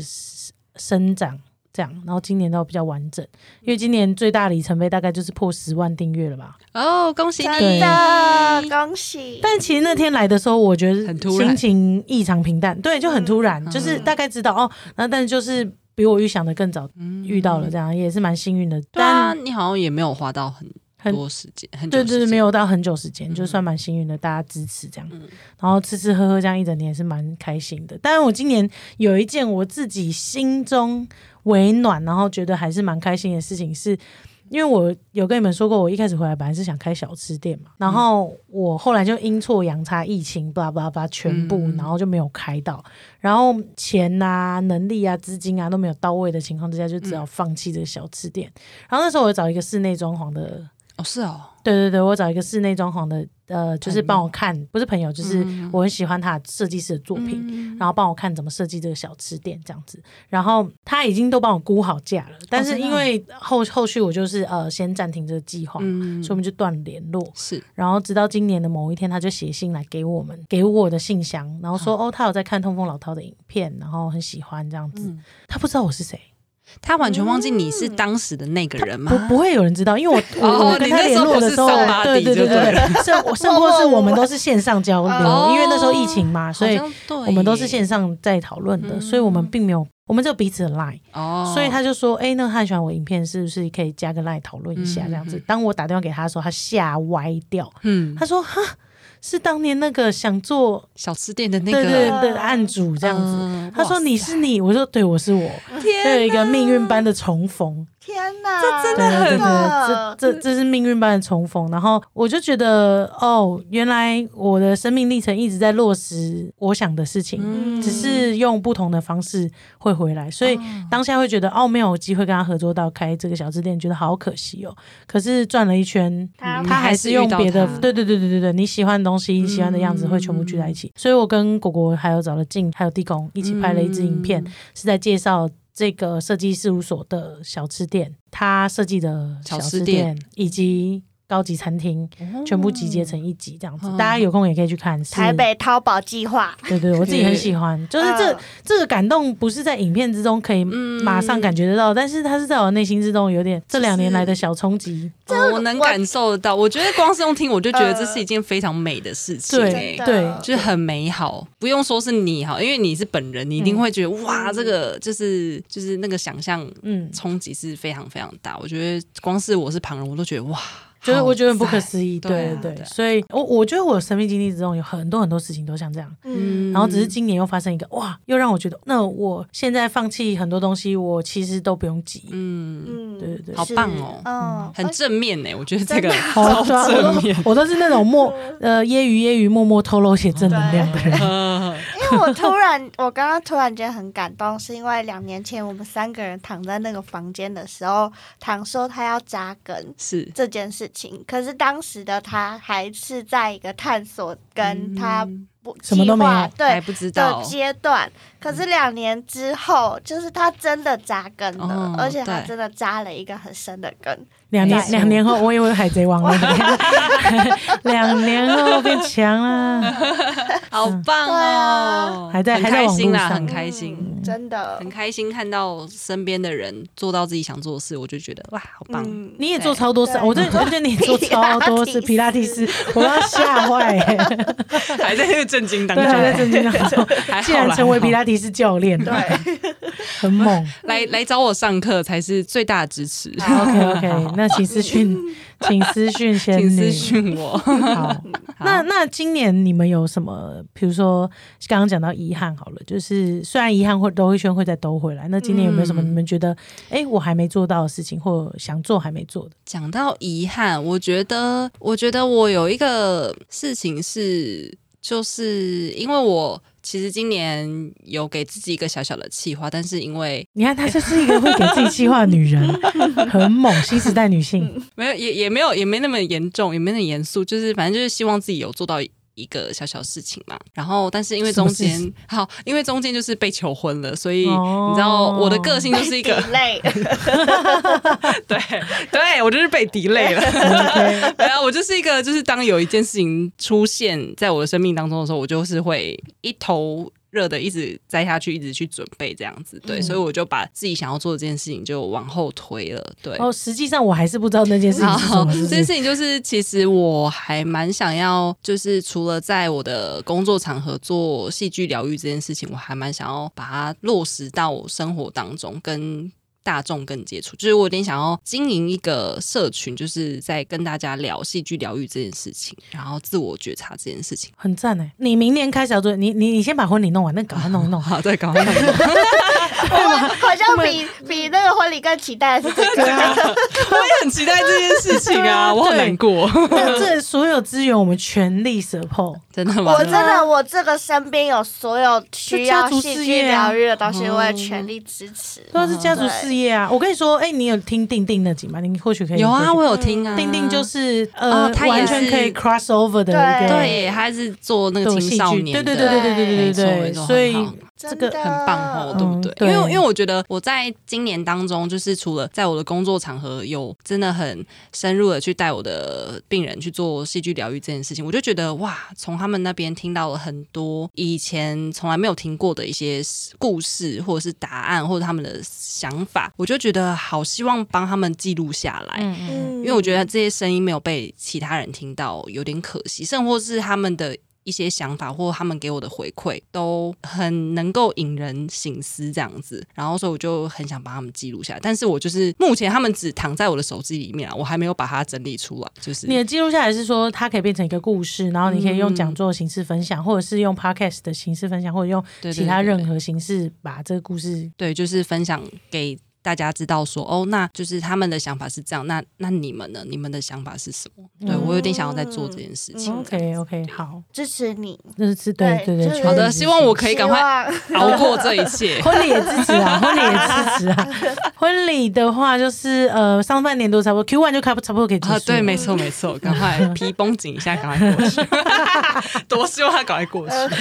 [SPEAKER 2] 生长。这样，然后今年都比较完整，因为今年最大里程碑大概就是破十万订阅了吧。
[SPEAKER 1] 哦，恭喜
[SPEAKER 3] 真
[SPEAKER 1] 你！嗯
[SPEAKER 3] 的恭喜！
[SPEAKER 2] 但其实那天来的时候，我觉得
[SPEAKER 1] 很突然
[SPEAKER 2] 心情异常平淡，对，就很突然，
[SPEAKER 1] 嗯嗯
[SPEAKER 2] 就是大概知道哦，那但就是比我预想的更早遇到了，这样也是蛮幸运的。
[SPEAKER 1] 对啊，
[SPEAKER 2] 但
[SPEAKER 1] 你好像也没有花到很
[SPEAKER 2] 很
[SPEAKER 1] 多时间，很久
[SPEAKER 2] 对，就是
[SPEAKER 1] 时间
[SPEAKER 2] 没有到很久时间，
[SPEAKER 1] 嗯
[SPEAKER 2] 就算蛮幸运的，大家支持这样，
[SPEAKER 1] 嗯
[SPEAKER 2] 然后吃吃喝喝这样一整年也是蛮开心的。但是我今年有一件我自己心中微暖，然后觉得还是蛮开心的事情是。因为我有跟你们说过，我一开始回来本来是想开小吃店嘛，
[SPEAKER 1] 嗯
[SPEAKER 2] 然后我后来就阴错阳差，疫情巴拉巴拉巴拉全部，
[SPEAKER 1] 嗯
[SPEAKER 2] 然后就没有开到，然后钱啊、能力啊、资金啊都没有到位的情况之下，就
[SPEAKER 1] 嗯
[SPEAKER 2] 只好放弃这个小吃店。然后那时候我找一个室内装潢的
[SPEAKER 1] 哦，是哦，
[SPEAKER 2] 对对对，我找一个室内装潢的，呃，就是
[SPEAKER 1] 朋友
[SPEAKER 2] 帮我看，不是朋友，就是
[SPEAKER 1] 嗯
[SPEAKER 2] 我很喜欢他的设计师的作品，
[SPEAKER 1] 嗯
[SPEAKER 2] 然后帮我看怎么设计这个小吃店这样子。然后他已经都帮我估好价了，但
[SPEAKER 1] 哦
[SPEAKER 2] 是
[SPEAKER 1] 真的
[SPEAKER 2] 因为后后续我就是呃先暂停这个计划，
[SPEAKER 1] 嗯
[SPEAKER 2] 所以我们就断联络。
[SPEAKER 1] 是
[SPEAKER 2] 然后直到今年的某一天，他就写信来给我们，给我的信箱，然后说哦，他有在看《痛风老饕》的影片，然后很喜欢这样子。
[SPEAKER 1] 嗯
[SPEAKER 2] 他不知道我是谁，
[SPEAKER 1] 他完全忘记你是当时的那个人吗？
[SPEAKER 2] 不不会有人知道，因为
[SPEAKER 1] [laughs]
[SPEAKER 2] 我我
[SPEAKER 1] 哦
[SPEAKER 2] 我跟
[SPEAKER 1] 你
[SPEAKER 2] 他
[SPEAKER 1] 那时
[SPEAKER 2] 联
[SPEAKER 1] 候
[SPEAKER 2] 络
[SPEAKER 1] 不
[SPEAKER 2] 的
[SPEAKER 1] 是
[SPEAKER 2] 时候，
[SPEAKER 1] 上拉
[SPEAKER 2] 对
[SPEAKER 1] 底
[SPEAKER 2] 对
[SPEAKER 1] 就
[SPEAKER 2] 对
[SPEAKER 1] 对
[SPEAKER 2] 对，甚
[SPEAKER 1] [laughs]
[SPEAKER 2] 我甚或是我们都是线上交
[SPEAKER 1] 哦
[SPEAKER 2] 流，因为那时候疫情嘛，所以
[SPEAKER 1] 好像对
[SPEAKER 2] 我们都是线上在讨论的，
[SPEAKER 1] 嗯
[SPEAKER 2] 所以我们并没有，我们只有彼此的 line，
[SPEAKER 1] 哦，
[SPEAKER 2] 所以他就说，哎，那他很喜欢我影片，是不是可以加个 line 讨论一下
[SPEAKER 1] 嗯
[SPEAKER 2] 这样
[SPEAKER 1] 嗯
[SPEAKER 2] 子
[SPEAKER 1] 嗯？
[SPEAKER 2] 当我打电话给他的时候，他吓歪掉，
[SPEAKER 1] 嗯
[SPEAKER 2] 他，说哈。是当年那个想做
[SPEAKER 1] 小吃店的那
[SPEAKER 2] 对
[SPEAKER 1] 个
[SPEAKER 2] 对对案主这样子，
[SPEAKER 1] 嗯
[SPEAKER 2] 他说
[SPEAKER 1] 哇
[SPEAKER 2] 你是你，我说对我是我，
[SPEAKER 1] 天
[SPEAKER 2] 就有一个命运般的重逢，
[SPEAKER 3] 天哪，这真
[SPEAKER 2] 对啊对啊对对
[SPEAKER 3] 的，
[SPEAKER 2] 这这这是命运般的重逢。然后我就觉得，哦，原来我的生命历程一直在落实我想的事情，
[SPEAKER 1] 嗯
[SPEAKER 2] 只是用不同的方式会回来。所以当下会觉得，哦，没有机会跟他合作到开这个小吃店，觉得好可惜哦。可是转了一圈。
[SPEAKER 3] 他
[SPEAKER 1] 嗯
[SPEAKER 2] 他还是用别的
[SPEAKER 1] 你还是遇到，他
[SPEAKER 2] 对对对对对对，你喜欢的东西、你喜欢的样子会全部聚在一起。所以我跟果果还有找了静，还有地公一起拍了一支影片，
[SPEAKER 1] 嗯
[SPEAKER 2] 是在介绍这个设计事务所的小吃店，他设计的小吃店以及高级餐厅，全部集结成一集这样子。
[SPEAKER 1] 嗯
[SPEAKER 2] 大家有空也可以去看。是
[SPEAKER 3] 台，北淘宝计划，
[SPEAKER 2] 对对，我自己很喜欢，就是这、
[SPEAKER 3] 嗯
[SPEAKER 2] 这个感动不是在影片之中可以
[SPEAKER 1] 嗯
[SPEAKER 2] 马上感觉得到，但是它是在我内心之中有点这两年来的小冲击。
[SPEAKER 1] 哦我能感受得到。我觉得光是用听，我就觉得这是一件非常美的事情、
[SPEAKER 2] 呃对
[SPEAKER 1] 欸，
[SPEAKER 3] 真的
[SPEAKER 2] 对，
[SPEAKER 1] 就是很美好。不用说是你好，因为你是本人，你一定会觉得、哇，这个就是就是那个想象
[SPEAKER 2] 嗯，
[SPEAKER 1] 冲击是非常非常大。我觉得光是我是旁人，我都觉得哇，
[SPEAKER 2] 就是我觉得
[SPEAKER 1] 好
[SPEAKER 2] 很不可思议。
[SPEAKER 1] 赞对
[SPEAKER 2] 对
[SPEAKER 1] 啊
[SPEAKER 2] 对
[SPEAKER 1] 对啊
[SPEAKER 2] 所以我我觉得我生命经历之中有很多很多事情都像这样。
[SPEAKER 1] 嗯
[SPEAKER 2] 然后只是今年又发生一个哇，又让我觉得，那我现在放弃很多东西，我其实都不用急。
[SPEAKER 1] 嗯，
[SPEAKER 3] 嗯
[SPEAKER 2] 对对对
[SPEAKER 1] 好棒哦
[SPEAKER 3] 嗯，
[SPEAKER 1] 很
[SPEAKER 2] 哎
[SPEAKER 3] 而且
[SPEAKER 1] 正面呢、我觉得这个
[SPEAKER 3] 真的
[SPEAKER 1] 超
[SPEAKER 2] 对啊我
[SPEAKER 1] 正
[SPEAKER 2] 都
[SPEAKER 1] 面。
[SPEAKER 2] 我都是那种默
[SPEAKER 1] [laughs]
[SPEAKER 2] 呃揶揄揶揄默默透露些正能量的人。 [laughs]
[SPEAKER 1] 呃
[SPEAKER 3] 因为我突然，我刚刚突然间很感动，是因为两年前我们三个人躺在那个房间的时候，躺说他要扎根
[SPEAKER 1] [laughs] 是
[SPEAKER 3] 这件事情，可是当时的他还是在一个探索跟他
[SPEAKER 1] 嗯
[SPEAKER 3] 不
[SPEAKER 2] 什么都没有
[SPEAKER 3] 计划
[SPEAKER 1] 还
[SPEAKER 3] 对
[SPEAKER 1] 不知
[SPEAKER 3] 的
[SPEAKER 1] 道，
[SPEAKER 3] 阶段。可
[SPEAKER 2] 嗯
[SPEAKER 3] 是两年之后，就是他真的扎根了，
[SPEAKER 1] 哦
[SPEAKER 3] 而且他
[SPEAKER 1] 对
[SPEAKER 3] 真的扎了一个很深的根。
[SPEAKER 2] 两年
[SPEAKER 1] 没错
[SPEAKER 2] 两年后，我以为海贼王了。
[SPEAKER 1] [laughs]
[SPEAKER 2] 两年后变强啦，
[SPEAKER 1] 好棒哦！
[SPEAKER 2] 嗯啊还在
[SPEAKER 1] 很
[SPEAKER 2] 还在
[SPEAKER 1] 开
[SPEAKER 2] 网
[SPEAKER 1] 心
[SPEAKER 2] 路
[SPEAKER 1] 啦，
[SPEAKER 2] 上
[SPEAKER 1] 很开心。
[SPEAKER 3] 嗯真的
[SPEAKER 1] 很。开心看到身边的人做到自己想做的事，我就觉得哇，好棒！
[SPEAKER 3] 嗯，
[SPEAKER 2] 你也做超多事，
[SPEAKER 3] 对
[SPEAKER 2] 我真的我觉得你也
[SPEAKER 1] [laughs]
[SPEAKER 2] 做超多事，皮
[SPEAKER 3] 皮
[SPEAKER 2] 拉
[SPEAKER 3] 拉
[SPEAKER 2] 提
[SPEAKER 3] 提
[SPEAKER 2] 斯
[SPEAKER 3] 斯，
[SPEAKER 2] 我要吓坏欸。
[SPEAKER 1] 还在那个震惊当
[SPEAKER 2] 对，
[SPEAKER 1] 中，
[SPEAKER 2] 还
[SPEAKER 1] [laughs]
[SPEAKER 2] 在震惊当中，
[SPEAKER 1] 还
[SPEAKER 2] 竟
[SPEAKER 1] 好
[SPEAKER 2] 然
[SPEAKER 1] 啦
[SPEAKER 2] 成为皮
[SPEAKER 1] 还好
[SPEAKER 2] 拉提斯教练，
[SPEAKER 3] 对，
[SPEAKER 1] [laughs]
[SPEAKER 2] 很猛。
[SPEAKER 1] 来来找我上课才是最大的支持，
[SPEAKER 2] OK OK，那请私讯，请私讯仙
[SPEAKER 1] [laughs] 请私。
[SPEAKER 2] 女
[SPEAKER 1] 讯我。 [laughs]
[SPEAKER 2] [laughs] 好，嗯那那今年你们有什么？比如说刚刚讲到遗憾好了，就是虽然遗憾会兜一圈会再兜回来，那今年有没有什么
[SPEAKER 1] 嗯
[SPEAKER 2] 你们觉得哎、诶我还没做到的事情，或想做还没做的？
[SPEAKER 1] 讲到遗憾，我觉得，我觉得我有一个事情是，就是因为我其实今年有给自己一个小小的计划，但是因为
[SPEAKER 2] 你看她就是一个会给自己计划的女人，很猛，新时代女性。
[SPEAKER 1] 没有，也也没有，也没那么严重，也没那么严肃，就是反正就是希望自己有做到一个小小事情嘛。然后，但是因为中
[SPEAKER 2] 什么
[SPEAKER 1] 间好，因为中间就是被求婚了，所以
[SPEAKER 2] 哦
[SPEAKER 1] 你知道我的个性就是一个 [laughs]
[SPEAKER 3] 累，
[SPEAKER 1] 对对，我就是被敌累了。 [laughs]
[SPEAKER 2] OK，
[SPEAKER 1] 然后我就是一个，就是当有一件事情出现在我的生命当中的时候，我就是会一头热的一直栽下去，一直去准备这样子。对，所以我就把自己想要做的这件事情就往后推了。对，
[SPEAKER 2] [laughs] 哦，实际上我还是不知道那件事情是什
[SPEAKER 1] 好，
[SPEAKER 2] 么，是
[SPEAKER 1] 哦这
[SPEAKER 2] 不
[SPEAKER 1] 件
[SPEAKER 2] 是？
[SPEAKER 1] 事情就是，其实我还蛮想要，就是除了在我的工作场合做戏剧疗愈这件事情，我还蛮想要把它落实到我生活当中，跟大众更接触。就是我有点想要经营一个社群，就是在跟大家聊戏剧疗愈这件事情，然后自我觉察这件
[SPEAKER 2] [laughs]
[SPEAKER 1] 事情。
[SPEAKER 2] 很赞哎！你明年开始要做，你你你先把婚礼弄完，那赶快弄一弄。
[SPEAKER 1] 好，再 [laughs] 搞。对
[SPEAKER 3] 我好像比比那个婚礼更期待的是这
[SPEAKER 1] 我
[SPEAKER 3] 个，
[SPEAKER 1] 也很期待这件事情啊，
[SPEAKER 2] 对
[SPEAKER 1] 我好难过，
[SPEAKER 2] [laughs] 那 [laughs] 这所有资源我们全力 support。
[SPEAKER 1] 真的吗
[SPEAKER 3] 我？真的我这个身边有所有需要
[SPEAKER 2] 就家族
[SPEAKER 3] 戏
[SPEAKER 2] 事
[SPEAKER 3] 剧
[SPEAKER 2] 业啊
[SPEAKER 3] 疗愈的东西，我也全力支持。
[SPEAKER 2] 都是家族事业啊！我跟你说，哎、你有听定定那集吗？你或许可以
[SPEAKER 1] 有
[SPEAKER 2] 回去
[SPEAKER 1] 啊，我有听啊，
[SPEAKER 2] 定定就是呃，
[SPEAKER 1] 哦他也
[SPEAKER 2] 完全
[SPEAKER 1] 是
[SPEAKER 2] 可以 cross over 的一个
[SPEAKER 1] 对，他是做那个
[SPEAKER 2] 这种
[SPEAKER 1] 青
[SPEAKER 2] 戏
[SPEAKER 1] 少
[SPEAKER 2] 剧，
[SPEAKER 1] 年
[SPEAKER 2] 对
[SPEAKER 1] 的，
[SPEAKER 2] 对对对对对对
[SPEAKER 1] 没错
[SPEAKER 2] 对
[SPEAKER 1] 没
[SPEAKER 2] 对，
[SPEAKER 1] 错
[SPEAKER 2] 所以
[SPEAKER 1] 很好
[SPEAKER 2] 这
[SPEAKER 3] 真
[SPEAKER 2] 个
[SPEAKER 3] 的
[SPEAKER 1] 很棒哦，对不对？
[SPEAKER 2] 对
[SPEAKER 1] 因为因为我觉得我在今年当中，就是除了呃在我的工作场合有真的很深入的去带我的病人去做戏剧疗愈这件事情，我就觉得哇，从他们那边听到了很多以前从来没有听过的一些故事，或者是答案，或者他们的想法，我就觉得好希望帮他们记录下来。
[SPEAKER 2] 嗯嗯，
[SPEAKER 3] 因
[SPEAKER 1] 因为我觉得这些声音没有被其他人听到，有点可惜，甚或是他们的一些想法或他们给我的回馈，都很能够引人醒思这样子。然后，所以我就很想把他们记录下来，但是我就是目前他们只躺在我的手机里面啊，我还没有把它整理出来，就是
[SPEAKER 2] 你的记录下来是说，它可以变成一个故事，然后你可以用讲座的形式分享，或者是用 podcast 的形式分享，或者用
[SPEAKER 1] 对对
[SPEAKER 2] 其他
[SPEAKER 1] 对对
[SPEAKER 2] 任何形式把这个故事。
[SPEAKER 1] 对，就是分享给。大家知道说哦，那就是他们的想法是这样，那那你们呢？你们的想法是什么？对我有点想要在做这件事情。这样
[SPEAKER 2] OK OK，好，
[SPEAKER 3] 支持你，
[SPEAKER 2] 这是对
[SPEAKER 3] 对
[SPEAKER 2] 对对，
[SPEAKER 3] 就是
[SPEAKER 2] 确实
[SPEAKER 1] 好的，
[SPEAKER 2] 是
[SPEAKER 1] 希望我可以赶快
[SPEAKER 3] 希望
[SPEAKER 2] 啊
[SPEAKER 1] 熬过这一切。
[SPEAKER 2] [laughs] 婚礼也支持啊，婚礼也支持啊。婚礼的话就是呃，上半年度差不多，Q one 就差不差不多可以结束了。
[SPEAKER 1] 啊，对，没错没
[SPEAKER 2] [laughs]
[SPEAKER 1] 错，赶快皮绷紧一下，赶快过去，多希望他赶快过
[SPEAKER 2] 呃
[SPEAKER 1] 去。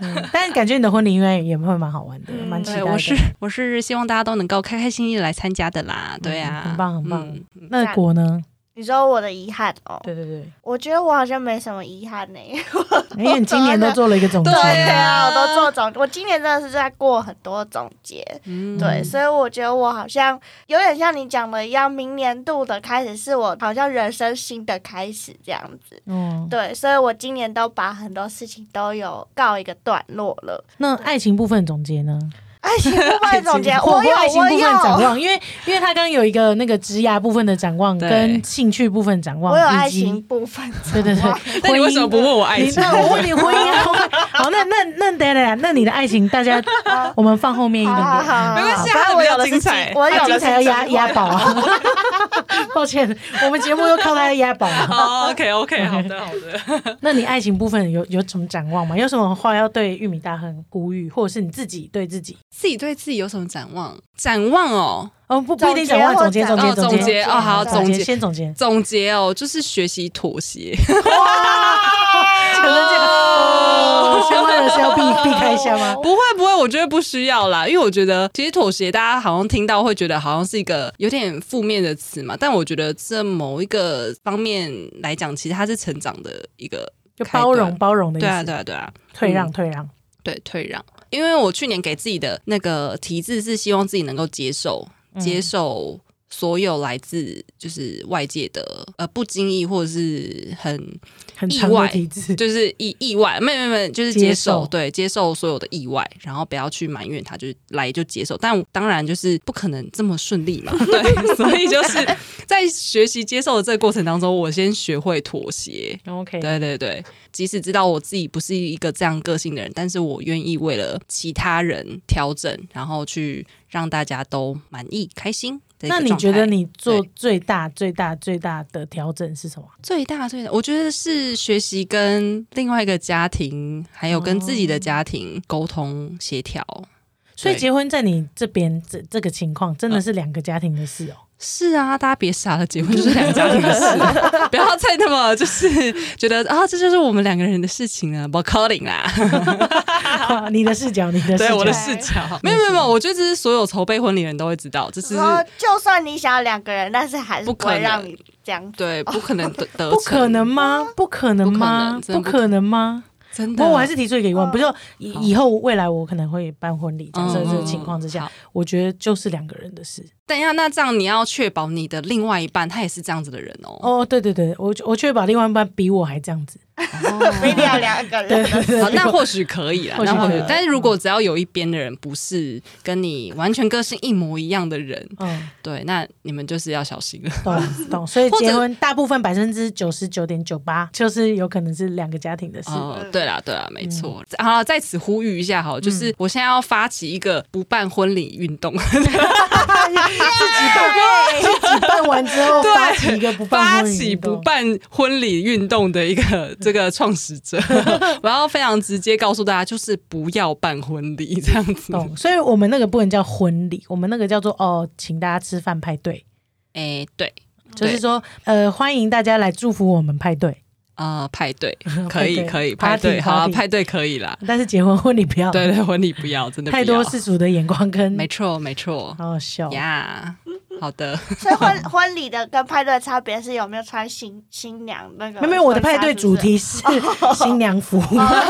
[SPEAKER 2] 嗯但感觉你的婚礼应该也会蛮好玩的，
[SPEAKER 3] 嗯
[SPEAKER 2] 蛮期待
[SPEAKER 1] 对，
[SPEAKER 2] 的。
[SPEAKER 1] 我是我是希望大家都能够开开心心地来参加的啦，对啊，
[SPEAKER 2] 很棒很棒
[SPEAKER 1] 嗯
[SPEAKER 2] 那果呢？
[SPEAKER 3] 你说我的遗憾哦，
[SPEAKER 2] 对对对，
[SPEAKER 3] 我觉得我好像没什么遗憾呢、
[SPEAKER 2] 哎因为你今年都做了一个总
[SPEAKER 3] [laughs]
[SPEAKER 2] 结，
[SPEAKER 3] 对啊，我都做总，我今年真的是在过很多总结，
[SPEAKER 1] 嗯
[SPEAKER 3] 对，所以我觉得我好像有点像你讲的一样，明年度的开始是我好像人生新的开始这样子。
[SPEAKER 2] 嗯，
[SPEAKER 3] 对，所以我今年都把很多事情都有告一个段落了。 [laughs]
[SPEAKER 2] 那爱情部分总结呢？
[SPEAKER 3] 爱情部分总结，
[SPEAKER 2] 或
[SPEAKER 3] 我
[SPEAKER 2] 或
[SPEAKER 3] 有
[SPEAKER 2] [laughs] 爱情
[SPEAKER 3] 我
[SPEAKER 2] 部分展
[SPEAKER 3] 有，
[SPEAKER 2] 望，因为因为他刚刚有一个那个职涯部分的展望，
[SPEAKER 1] 对
[SPEAKER 2] 跟兴趣部分展望，
[SPEAKER 3] 我有爱
[SPEAKER 2] 以及
[SPEAKER 3] 情。部分
[SPEAKER 2] 对对对，
[SPEAKER 3] 展望
[SPEAKER 1] [laughs] 那
[SPEAKER 2] 婚
[SPEAKER 1] 你
[SPEAKER 2] 姻
[SPEAKER 1] 为什么不问我爱
[SPEAKER 2] 你
[SPEAKER 1] 情？
[SPEAKER 2] 那我问你婚姻啊？好，那那那等一下等一下，那你的爱情，大家我们放后面一点
[SPEAKER 3] 好 [laughs] 好
[SPEAKER 2] 点。 [laughs]
[SPEAKER 3] 好，
[SPEAKER 1] 没关系啊
[SPEAKER 3] 反正
[SPEAKER 1] 它
[SPEAKER 3] 我
[SPEAKER 1] 比较
[SPEAKER 3] 有的是
[SPEAKER 1] 精
[SPEAKER 3] 经
[SPEAKER 1] 彩
[SPEAKER 3] 我有
[SPEAKER 2] 精
[SPEAKER 3] 的是
[SPEAKER 2] 彩要压
[SPEAKER 3] 经
[SPEAKER 2] 压宝啊！ [laughs] 抱歉，我们节目又靠他压宝
[SPEAKER 1] [laughs]
[SPEAKER 2] 啊。
[SPEAKER 1] 哦，OK
[SPEAKER 2] [laughs]
[SPEAKER 1] OK，好的好的。
[SPEAKER 2] 那你爱情部分有有什么展望吗？有什么话要对玉米大亨呼吁，或者是你自己对自己？
[SPEAKER 1] 自己对自己有什么展望？展望哦，
[SPEAKER 2] 哦，不不一定展望，总
[SPEAKER 3] 总
[SPEAKER 2] 结
[SPEAKER 3] 结
[SPEAKER 2] 总结
[SPEAKER 1] 或展
[SPEAKER 2] 总
[SPEAKER 1] 哦总结哦好
[SPEAKER 2] 总
[SPEAKER 1] 总结
[SPEAKER 2] 先总结。
[SPEAKER 1] 总结哦，就是学习妥协。
[SPEAKER 2] 承认这
[SPEAKER 1] [laughs]
[SPEAKER 2] 个哦，相关的是要避避开一下
[SPEAKER 3] 哦
[SPEAKER 2] 吗？
[SPEAKER 1] 不会不会，我觉得不需要啦，因为我觉得其实妥协，大家好像听到会觉得好像是一个有点负面的词嘛，但我觉得这某一个方面来讲，其实它是成长的一个
[SPEAKER 2] 就包容
[SPEAKER 1] 开
[SPEAKER 2] 包容的
[SPEAKER 1] 端。
[SPEAKER 2] 意
[SPEAKER 1] 对啊，对啊，
[SPEAKER 2] 思，
[SPEAKER 1] 对啊，
[SPEAKER 2] 退让退让。
[SPEAKER 1] 对退让，因为我去年给自己的那个题字是希望自己能够接受，接受所有来自就是外界的呃不经意或者是很
[SPEAKER 2] 很
[SPEAKER 1] 意
[SPEAKER 2] 长的
[SPEAKER 1] 外
[SPEAKER 2] 体字，
[SPEAKER 1] 就是意意外，没有没有没有，就是
[SPEAKER 2] 接
[SPEAKER 1] 接
[SPEAKER 2] 受
[SPEAKER 1] 受，对，接受所有的意外，然后不要去埋怨它，就是来就接受。但当然就是不可能这么顺利嘛，
[SPEAKER 2] [laughs]
[SPEAKER 1] 对，所以就是在学习接受的这个过程当中，我先学会妥协。
[SPEAKER 2] OK，
[SPEAKER 1] 对对对，即使知道我自己不是一个这样个性的人，但是我愿意为了其他人调整，然后去让大家都满意、开心的一个
[SPEAKER 2] 那
[SPEAKER 1] 状态。
[SPEAKER 2] 你觉得你做
[SPEAKER 1] 对
[SPEAKER 2] 最大最大最大的调整是什么？
[SPEAKER 1] 最大最大，我觉得是学习跟另外一个家庭，还有跟自己的家庭沟通协调。
[SPEAKER 2] 所以
[SPEAKER 1] 对
[SPEAKER 2] 结婚在你这边这这个情况真的是两个家庭的事哦。
[SPEAKER 1] 是啊，大家别傻了，结婚就是两个家庭的 [laughs] 事，不要再那么就是觉得啊，这就是我们两个人的事情了，不 calling 啦，[laughs]
[SPEAKER 2] 哦你的视角，你的视
[SPEAKER 1] 对
[SPEAKER 2] 角，
[SPEAKER 1] 我的啊视角。没有没有没有，我觉得这是所有筹备婚礼的人都会知道，这 [laughs] 只是
[SPEAKER 3] 然后就算你想要两个人，但是还是
[SPEAKER 1] 不
[SPEAKER 3] 不
[SPEAKER 1] 可
[SPEAKER 3] 会
[SPEAKER 1] 能
[SPEAKER 3] 让你这样子。
[SPEAKER 1] 对不可能得得
[SPEAKER 2] 不可
[SPEAKER 1] 逞
[SPEAKER 2] 能吗？不可能
[SPEAKER 1] 不可能
[SPEAKER 2] 吗？
[SPEAKER 1] 真的不
[SPEAKER 2] 可能吗？
[SPEAKER 1] 真的，
[SPEAKER 2] 不过我还是提出一个疑问，
[SPEAKER 3] 嗯
[SPEAKER 2] 不就以
[SPEAKER 1] 好
[SPEAKER 2] 以后未来我可能会办婚礼，假设这个情况之
[SPEAKER 1] 嗯
[SPEAKER 2] 下
[SPEAKER 1] 嗯，
[SPEAKER 2] 我觉得就是两个人的事。
[SPEAKER 1] 等一下，那这样你要确保你的另外一半他也是这样子的人哦。
[SPEAKER 2] 哦，对对对，我我确保另外一半比我还这样子。
[SPEAKER 1] 哦
[SPEAKER 3] 一定要两个
[SPEAKER 2] 对
[SPEAKER 3] 人。
[SPEAKER 2] 对对，
[SPEAKER 1] 好，那或许可以啦，
[SPEAKER 2] 或许
[SPEAKER 1] 那或
[SPEAKER 2] 可
[SPEAKER 1] 许
[SPEAKER 2] 以，
[SPEAKER 1] 但是如果只要有一边的人不是跟你完全个性一模一样的人，
[SPEAKER 2] 嗯，
[SPEAKER 1] 对，那你们就是要小心了。
[SPEAKER 2] 懂懂。所
[SPEAKER 1] [laughs]
[SPEAKER 2] 以
[SPEAKER 1] 或者
[SPEAKER 2] 结婚大部分百分之九十九点九八，就是有可能是两个家庭的嗯事。
[SPEAKER 1] 哦，对啦，对啦，没错。好了，在此呼吁一下，好，就是
[SPEAKER 2] 嗯
[SPEAKER 1] 我现在要发起一个不办婚礼运动，
[SPEAKER 2] 自己办完之
[SPEAKER 1] [laughs]
[SPEAKER 2] 后，
[SPEAKER 1] 对
[SPEAKER 2] 发起一个不办
[SPEAKER 1] 发
[SPEAKER 2] 婚礼
[SPEAKER 1] 起
[SPEAKER 2] 运动
[SPEAKER 1] 不办婚礼运动的一
[SPEAKER 2] [laughs]
[SPEAKER 1] 个这个创始者。我要非常直接告诉大家，就是不要办婚礼这样子。
[SPEAKER 2] 懂，所以我们那个不能叫婚礼，我们那个叫做哦，请大家吃饭派对，
[SPEAKER 1] 哎，对，
[SPEAKER 2] 就是说呃，欢迎大家来祝福我们派对，
[SPEAKER 1] 呃，派对可
[SPEAKER 2] [laughs] 派
[SPEAKER 1] 以，
[SPEAKER 2] 对
[SPEAKER 1] 可以，派
[SPEAKER 2] party，
[SPEAKER 1] 对，好啊，
[SPEAKER 2] party
[SPEAKER 1] 派对可以啦。
[SPEAKER 2] 但是结婚婚礼不要，
[SPEAKER 1] 嗯对对，婚礼不要，真的不
[SPEAKER 2] 哦太
[SPEAKER 1] 要
[SPEAKER 2] 多哦世俗的眼光跟
[SPEAKER 1] 没错，没错。
[SPEAKER 2] 好好笑。
[SPEAKER 1] 呀好的， [laughs]
[SPEAKER 3] 所以婚婚礼的跟派对的差别是有没有穿新新娘那个？
[SPEAKER 2] 没有没有，我的派对主。
[SPEAKER 1] [laughs]
[SPEAKER 2] 题是新娘服，
[SPEAKER 1] 啊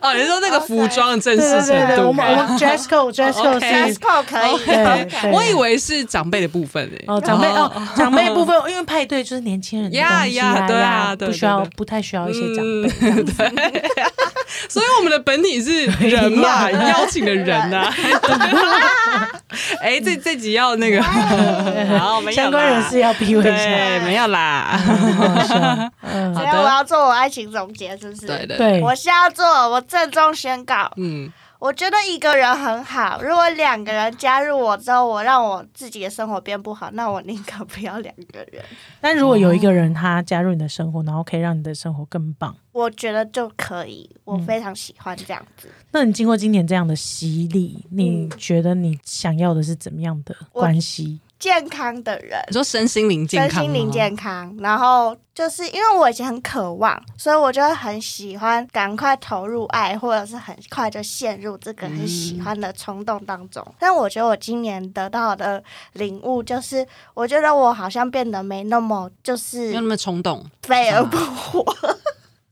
[SPEAKER 1] 哦，你说那个服装的正
[SPEAKER 2] [laughs] 对
[SPEAKER 1] 式
[SPEAKER 2] 对
[SPEAKER 1] 程
[SPEAKER 2] 对对，我
[SPEAKER 1] 度
[SPEAKER 2] 们
[SPEAKER 1] 吗，
[SPEAKER 2] 我们 dress code dress
[SPEAKER 1] OK
[SPEAKER 2] code
[SPEAKER 3] dress
[SPEAKER 2] 是哦
[SPEAKER 3] code 可以，
[SPEAKER 2] 对
[SPEAKER 1] [laughs]
[SPEAKER 2] 对
[SPEAKER 1] 我以为是长辈的部分诶。
[SPEAKER 2] 哦长辈
[SPEAKER 1] [laughs]
[SPEAKER 2] 哦
[SPEAKER 1] 哦
[SPEAKER 2] 长辈部分，因为派对就是年轻人的东
[SPEAKER 1] 呀
[SPEAKER 2] 西
[SPEAKER 1] 呀
[SPEAKER 2] 啦，
[SPEAKER 1] 对啊
[SPEAKER 2] 呀
[SPEAKER 1] 对
[SPEAKER 2] 不
[SPEAKER 1] 对
[SPEAKER 2] 需要
[SPEAKER 1] 对
[SPEAKER 2] 不太需哦要一些长
[SPEAKER 1] 嗯
[SPEAKER 2] 辈这样子。
[SPEAKER 1] [laughs] 所以我们的本体是人嘛，
[SPEAKER 2] [laughs] 一样
[SPEAKER 1] 邀请的人呐、啊。 [laughs] 哎、这这集要那个，好，没有啦
[SPEAKER 2] 相关人士要逼问一下。
[SPEAKER 1] 对，没有啦。
[SPEAKER 2] 好好笑嗯
[SPEAKER 1] 好
[SPEAKER 3] 所以
[SPEAKER 1] 的
[SPEAKER 3] 我要做我爱情总结，是不是？
[SPEAKER 1] 对对对，
[SPEAKER 2] 对，
[SPEAKER 3] 我是要做，我郑重宣告，
[SPEAKER 1] 嗯，
[SPEAKER 3] 我觉得一个人很好。如果两个人加入我之后，我让我自己的生活变不好，那我宁可不要两个人。
[SPEAKER 2] 但如果有一个人他加入你的生活，然后可以让你的生活更棒，
[SPEAKER 3] 我觉得就可以，我非常喜欢这样子。
[SPEAKER 2] 那你经过今年这样的洗礼，你觉得你想要的是怎么样的关系？
[SPEAKER 3] 健康的人，
[SPEAKER 1] 你说身心灵
[SPEAKER 2] 嗯哦
[SPEAKER 1] 健
[SPEAKER 3] 身
[SPEAKER 1] 哦康吗，
[SPEAKER 3] 心嗯哦灵健康，然后就是因为我以前很渴望，所以我就会很喜欢赶快投入爱，或者是很快就陷入这个很喜欢的冲动当中。但我觉得我今年得到的领悟就是，我觉得我好像变得没那么就
[SPEAKER 1] 没有
[SPEAKER 3] 是
[SPEAKER 1] 那么冲动。
[SPEAKER 3] 飞蛾扑火，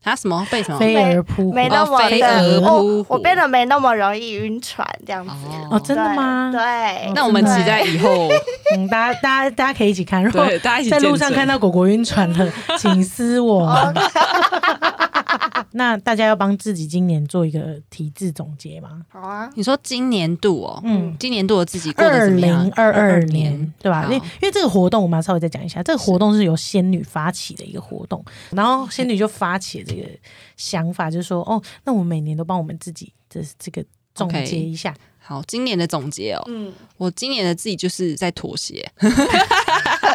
[SPEAKER 1] 他、什么被什么？
[SPEAKER 2] 飞蛾扑火
[SPEAKER 3] 哦没那么
[SPEAKER 1] 飞
[SPEAKER 3] 的
[SPEAKER 1] 蛾
[SPEAKER 3] 我
[SPEAKER 1] 扑火
[SPEAKER 3] 我变得没那么容易晕船这样子。
[SPEAKER 1] 哦
[SPEAKER 2] 哦，真的吗？
[SPEAKER 3] 对，对
[SPEAKER 1] 那我们期待以后，
[SPEAKER 2] 嗯，大家大家大家可以一起看，如果
[SPEAKER 1] 对大家一起
[SPEAKER 2] [laughs] 在路
[SPEAKER 1] 见
[SPEAKER 2] 上
[SPEAKER 1] 证
[SPEAKER 2] 看到果果晕船了，请私我。
[SPEAKER 3] 哦
[SPEAKER 2] [laughs] 那大家要帮自己今年做一个体制总结吗？
[SPEAKER 3] 好啊，
[SPEAKER 1] 你说今年度哦，
[SPEAKER 2] 嗯。
[SPEAKER 1] 今年度的自己过得
[SPEAKER 2] 二
[SPEAKER 1] 怎么样
[SPEAKER 2] 零？二二
[SPEAKER 1] 2022
[SPEAKER 2] 年，对吧？
[SPEAKER 1] 好
[SPEAKER 2] 因为因为这个活动，我们要稍微再讲一下，这个活动是由仙女发起的一个活动，然后仙女就发起了这个想法，就是说，哦，那我们每年都帮我们自己这这个总
[SPEAKER 1] OK
[SPEAKER 2] 结一下，
[SPEAKER 1] 好，今年的总结哦，
[SPEAKER 3] 嗯，
[SPEAKER 1] 我今年的自己就是在妥 [laughs] 协，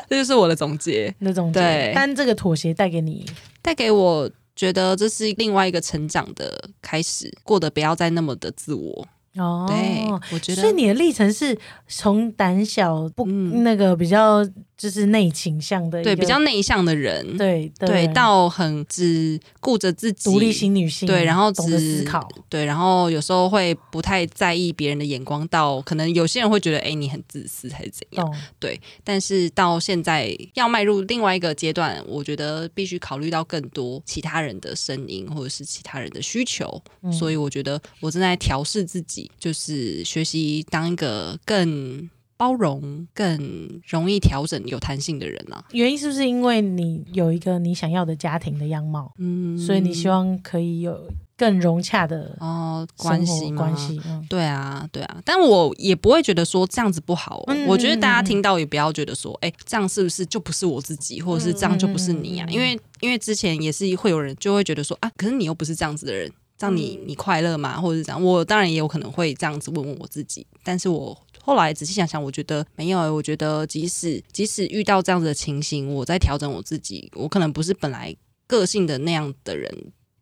[SPEAKER 1] 这就是我的总结，
[SPEAKER 2] 那种结
[SPEAKER 1] 对
[SPEAKER 2] 但这个妥协带给你，
[SPEAKER 1] 带给我觉得这是另外一个成长的开始，过得不要再那么的自我。
[SPEAKER 2] 哦，
[SPEAKER 1] 对，我觉
[SPEAKER 2] 所以
[SPEAKER 1] 得
[SPEAKER 2] 你的历程是从胆小不、
[SPEAKER 1] 嗯
[SPEAKER 2] 那个比较就是内倾向的一个，
[SPEAKER 1] 对比较内向的人，
[SPEAKER 2] 对
[SPEAKER 1] 对，到很只顾着自己，
[SPEAKER 2] 独立新女性，
[SPEAKER 1] 对然后
[SPEAKER 2] 懂得
[SPEAKER 1] 只
[SPEAKER 2] 思考，
[SPEAKER 1] 对，然后有时候会不太在意别人的眼光，到可能有些人会觉得，哎，你很自私还是怎样？
[SPEAKER 2] 懂
[SPEAKER 1] 但是到现在要迈入另外一个阶段，我觉得必须考虑到更多其他人的声音或者是其他人的需求，
[SPEAKER 2] 嗯
[SPEAKER 1] 所以我觉得我正在调试自己，就是学习当一个更包容、更容易调整、有弹性的人啊。
[SPEAKER 2] 原因是不是因为你有一个你想要的家庭的样貌，
[SPEAKER 1] 嗯
[SPEAKER 2] 所以你希望可以有更融洽的
[SPEAKER 1] 哦，关
[SPEAKER 2] 生
[SPEAKER 1] 系
[SPEAKER 2] 活
[SPEAKER 1] 吗
[SPEAKER 2] 关。系？嗯，
[SPEAKER 1] 对啊，对啊，但我也不会觉得说这样子不好、哦。
[SPEAKER 2] 嗯
[SPEAKER 1] 我觉得大家听到也不要觉得说，哎、这样是不是就不是我自己，或者是这样就不是你啊？
[SPEAKER 2] 嗯嗯嗯
[SPEAKER 1] 因为因为之前也是会有人就会觉得说，啊，可是你又不是这样子的人，这样你
[SPEAKER 3] 嗯
[SPEAKER 1] 你快乐吗？或者是这样，我当然也有可能会这样子问问我自己，但是我。后来仔细想想，我觉得没有欸、我觉得即使即使遇到这样子的情形，我在调整我自己，我可能不是本来个性的那样的人。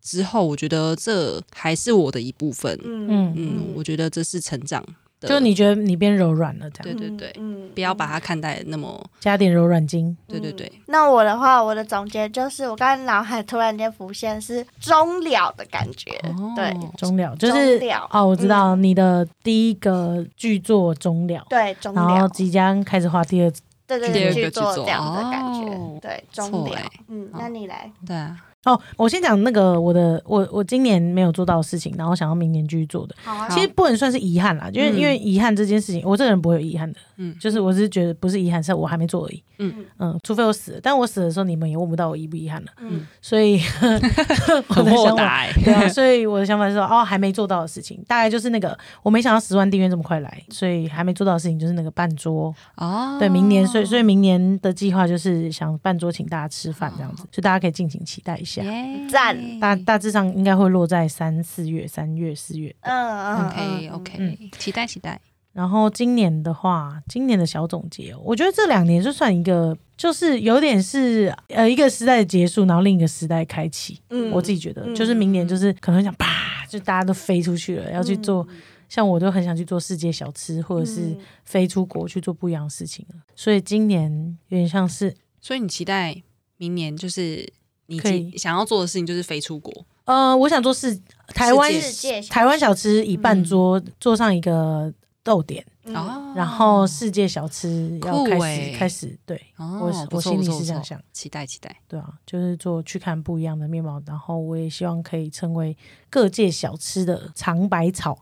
[SPEAKER 1] 之后，我觉得这还是我的一部分。
[SPEAKER 3] 嗯
[SPEAKER 2] 嗯
[SPEAKER 1] 嗯，我觉得这是成长的。
[SPEAKER 2] 就你觉得你变柔软了，这样
[SPEAKER 1] 对对对，
[SPEAKER 3] 嗯
[SPEAKER 1] 不要把它看待得那么，
[SPEAKER 2] 加点柔软筋，
[SPEAKER 1] 对对对，
[SPEAKER 3] 嗯那我的话，我的总结就是，我刚才脑海突然间浮现是终了的感觉，
[SPEAKER 2] 呃
[SPEAKER 1] 哦
[SPEAKER 3] 对
[SPEAKER 2] 终了就是
[SPEAKER 3] 终了嗯
[SPEAKER 2] 哦，我知道你的第一个剧作终了，
[SPEAKER 3] 对，终
[SPEAKER 2] 然后
[SPEAKER 3] 了，
[SPEAKER 2] 即将开始画第二
[SPEAKER 3] 对对
[SPEAKER 1] 第二个
[SPEAKER 3] 对，去
[SPEAKER 1] 去
[SPEAKER 3] 做
[SPEAKER 1] 做
[SPEAKER 3] 这样的感觉，
[SPEAKER 1] 哦
[SPEAKER 3] 对，终
[SPEAKER 1] 错
[SPEAKER 3] 了
[SPEAKER 1] 欸，
[SPEAKER 3] 嗯，
[SPEAKER 1] 好
[SPEAKER 3] 那你来，
[SPEAKER 1] 对啊，
[SPEAKER 2] 哦，我先讲那个我的，我我今年没有做到的事情，然后想要明年继续做的，
[SPEAKER 3] 好啊
[SPEAKER 1] 好
[SPEAKER 2] 其实不能算是遗憾啦，因为、
[SPEAKER 1] 嗯
[SPEAKER 2] 因为遗憾这件事情，我这个人不会有遗憾的，
[SPEAKER 1] 嗯
[SPEAKER 2] 就是我只是觉得不是遗憾，是我还没做而已，
[SPEAKER 1] 嗯
[SPEAKER 2] 嗯，除非我死了，但我死的时候你们也问不到我遗不遗憾了，
[SPEAKER 3] 嗯
[SPEAKER 2] 所以
[SPEAKER 1] [laughs]
[SPEAKER 2] 我
[SPEAKER 1] 很
[SPEAKER 2] 的
[SPEAKER 1] 豁
[SPEAKER 2] 想法，
[SPEAKER 1] 达、欸，
[SPEAKER 2] 对啊，所以我的想法是说，哦，还没做到的事情，大概就是那个我没想到十万订阅这么快来，所以还没做到的事情就是那个办桌，
[SPEAKER 1] [laughs] 哦，
[SPEAKER 2] 对，明年，所以所以明年的计划就是想办桌请大家吃饭这样子，所以大家可以敬请期待一下。
[SPEAKER 1] 耶
[SPEAKER 3] 赞
[SPEAKER 2] 大大致上应该会落在三四月、三月、四月。
[SPEAKER 3] 嗯
[SPEAKER 1] ，OK OK，、期
[SPEAKER 2] 嗯
[SPEAKER 1] 待期待，
[SPEAKER 2] 然后今年的话，今年的小总结哦，我觉得这两年就算一个，就是有点是呃一个时代的结束，然后另一个时代开启。
[SPEAKER 3] 嗯
[SPEAKER 2] 我自己觉得，
[SPEAKER 3] 嗯
[SPEAKER 2] 就是明年就是可能想啪，就大家都飞出去了，要去做。像我都很想去做世界小吃，或者是
[SPEAKER 3] 嗯
[SPEAKER 2] 飞出国去做不一样的事情了。所以今年有点像是
[SPEAKER 1] 所以你期待明年就是你
[SPEAKER 2] 可以
[SPEAKER 1] 期想要做的事情就是飞出国，
[SPEAKER 2] 呃，我想做是台湾
[SPEAKER 1] 世
[SPEAKER 3] 世界
[SPEAKER 2] 台湾小吃以半桌、做上一个逗点，
[SPEAKER 3] 嗯
[SPEAKER 1] 哦，
[SPEAKER 2] 然后世界小吃要
[SPEAKER 1] 酷
[SPEAKER 2] 开始、
[SPEAKER 1] 欸
[SPEAKER 2] 开始，对
[SPEAKER 1] 哦，
[SPEAKER 2] 我
[SPEAKER 1] 不
[SPEAKER 2] 我
[SPEAKER 1] 错
[SPEAKER 2] 心
[SPEAKER 1] 不
[SPEAKER 2] 里
[SPEAKER 1] 错
[SPEAKER 2] 是
[SPEAKER 1] 不
[SPEAKER 2] 这样
[SPEAKER 1] 错
[SPEAKER 2] 想，
[SPEAKER 1] 期待期
[SPEAKER 2] [laughs]
[SPEAKER 1] 待，
[SPEAKER 2] 对啊，就是做去看不一样的面貌，然后我也希望可以成为各界小吃的尝百草。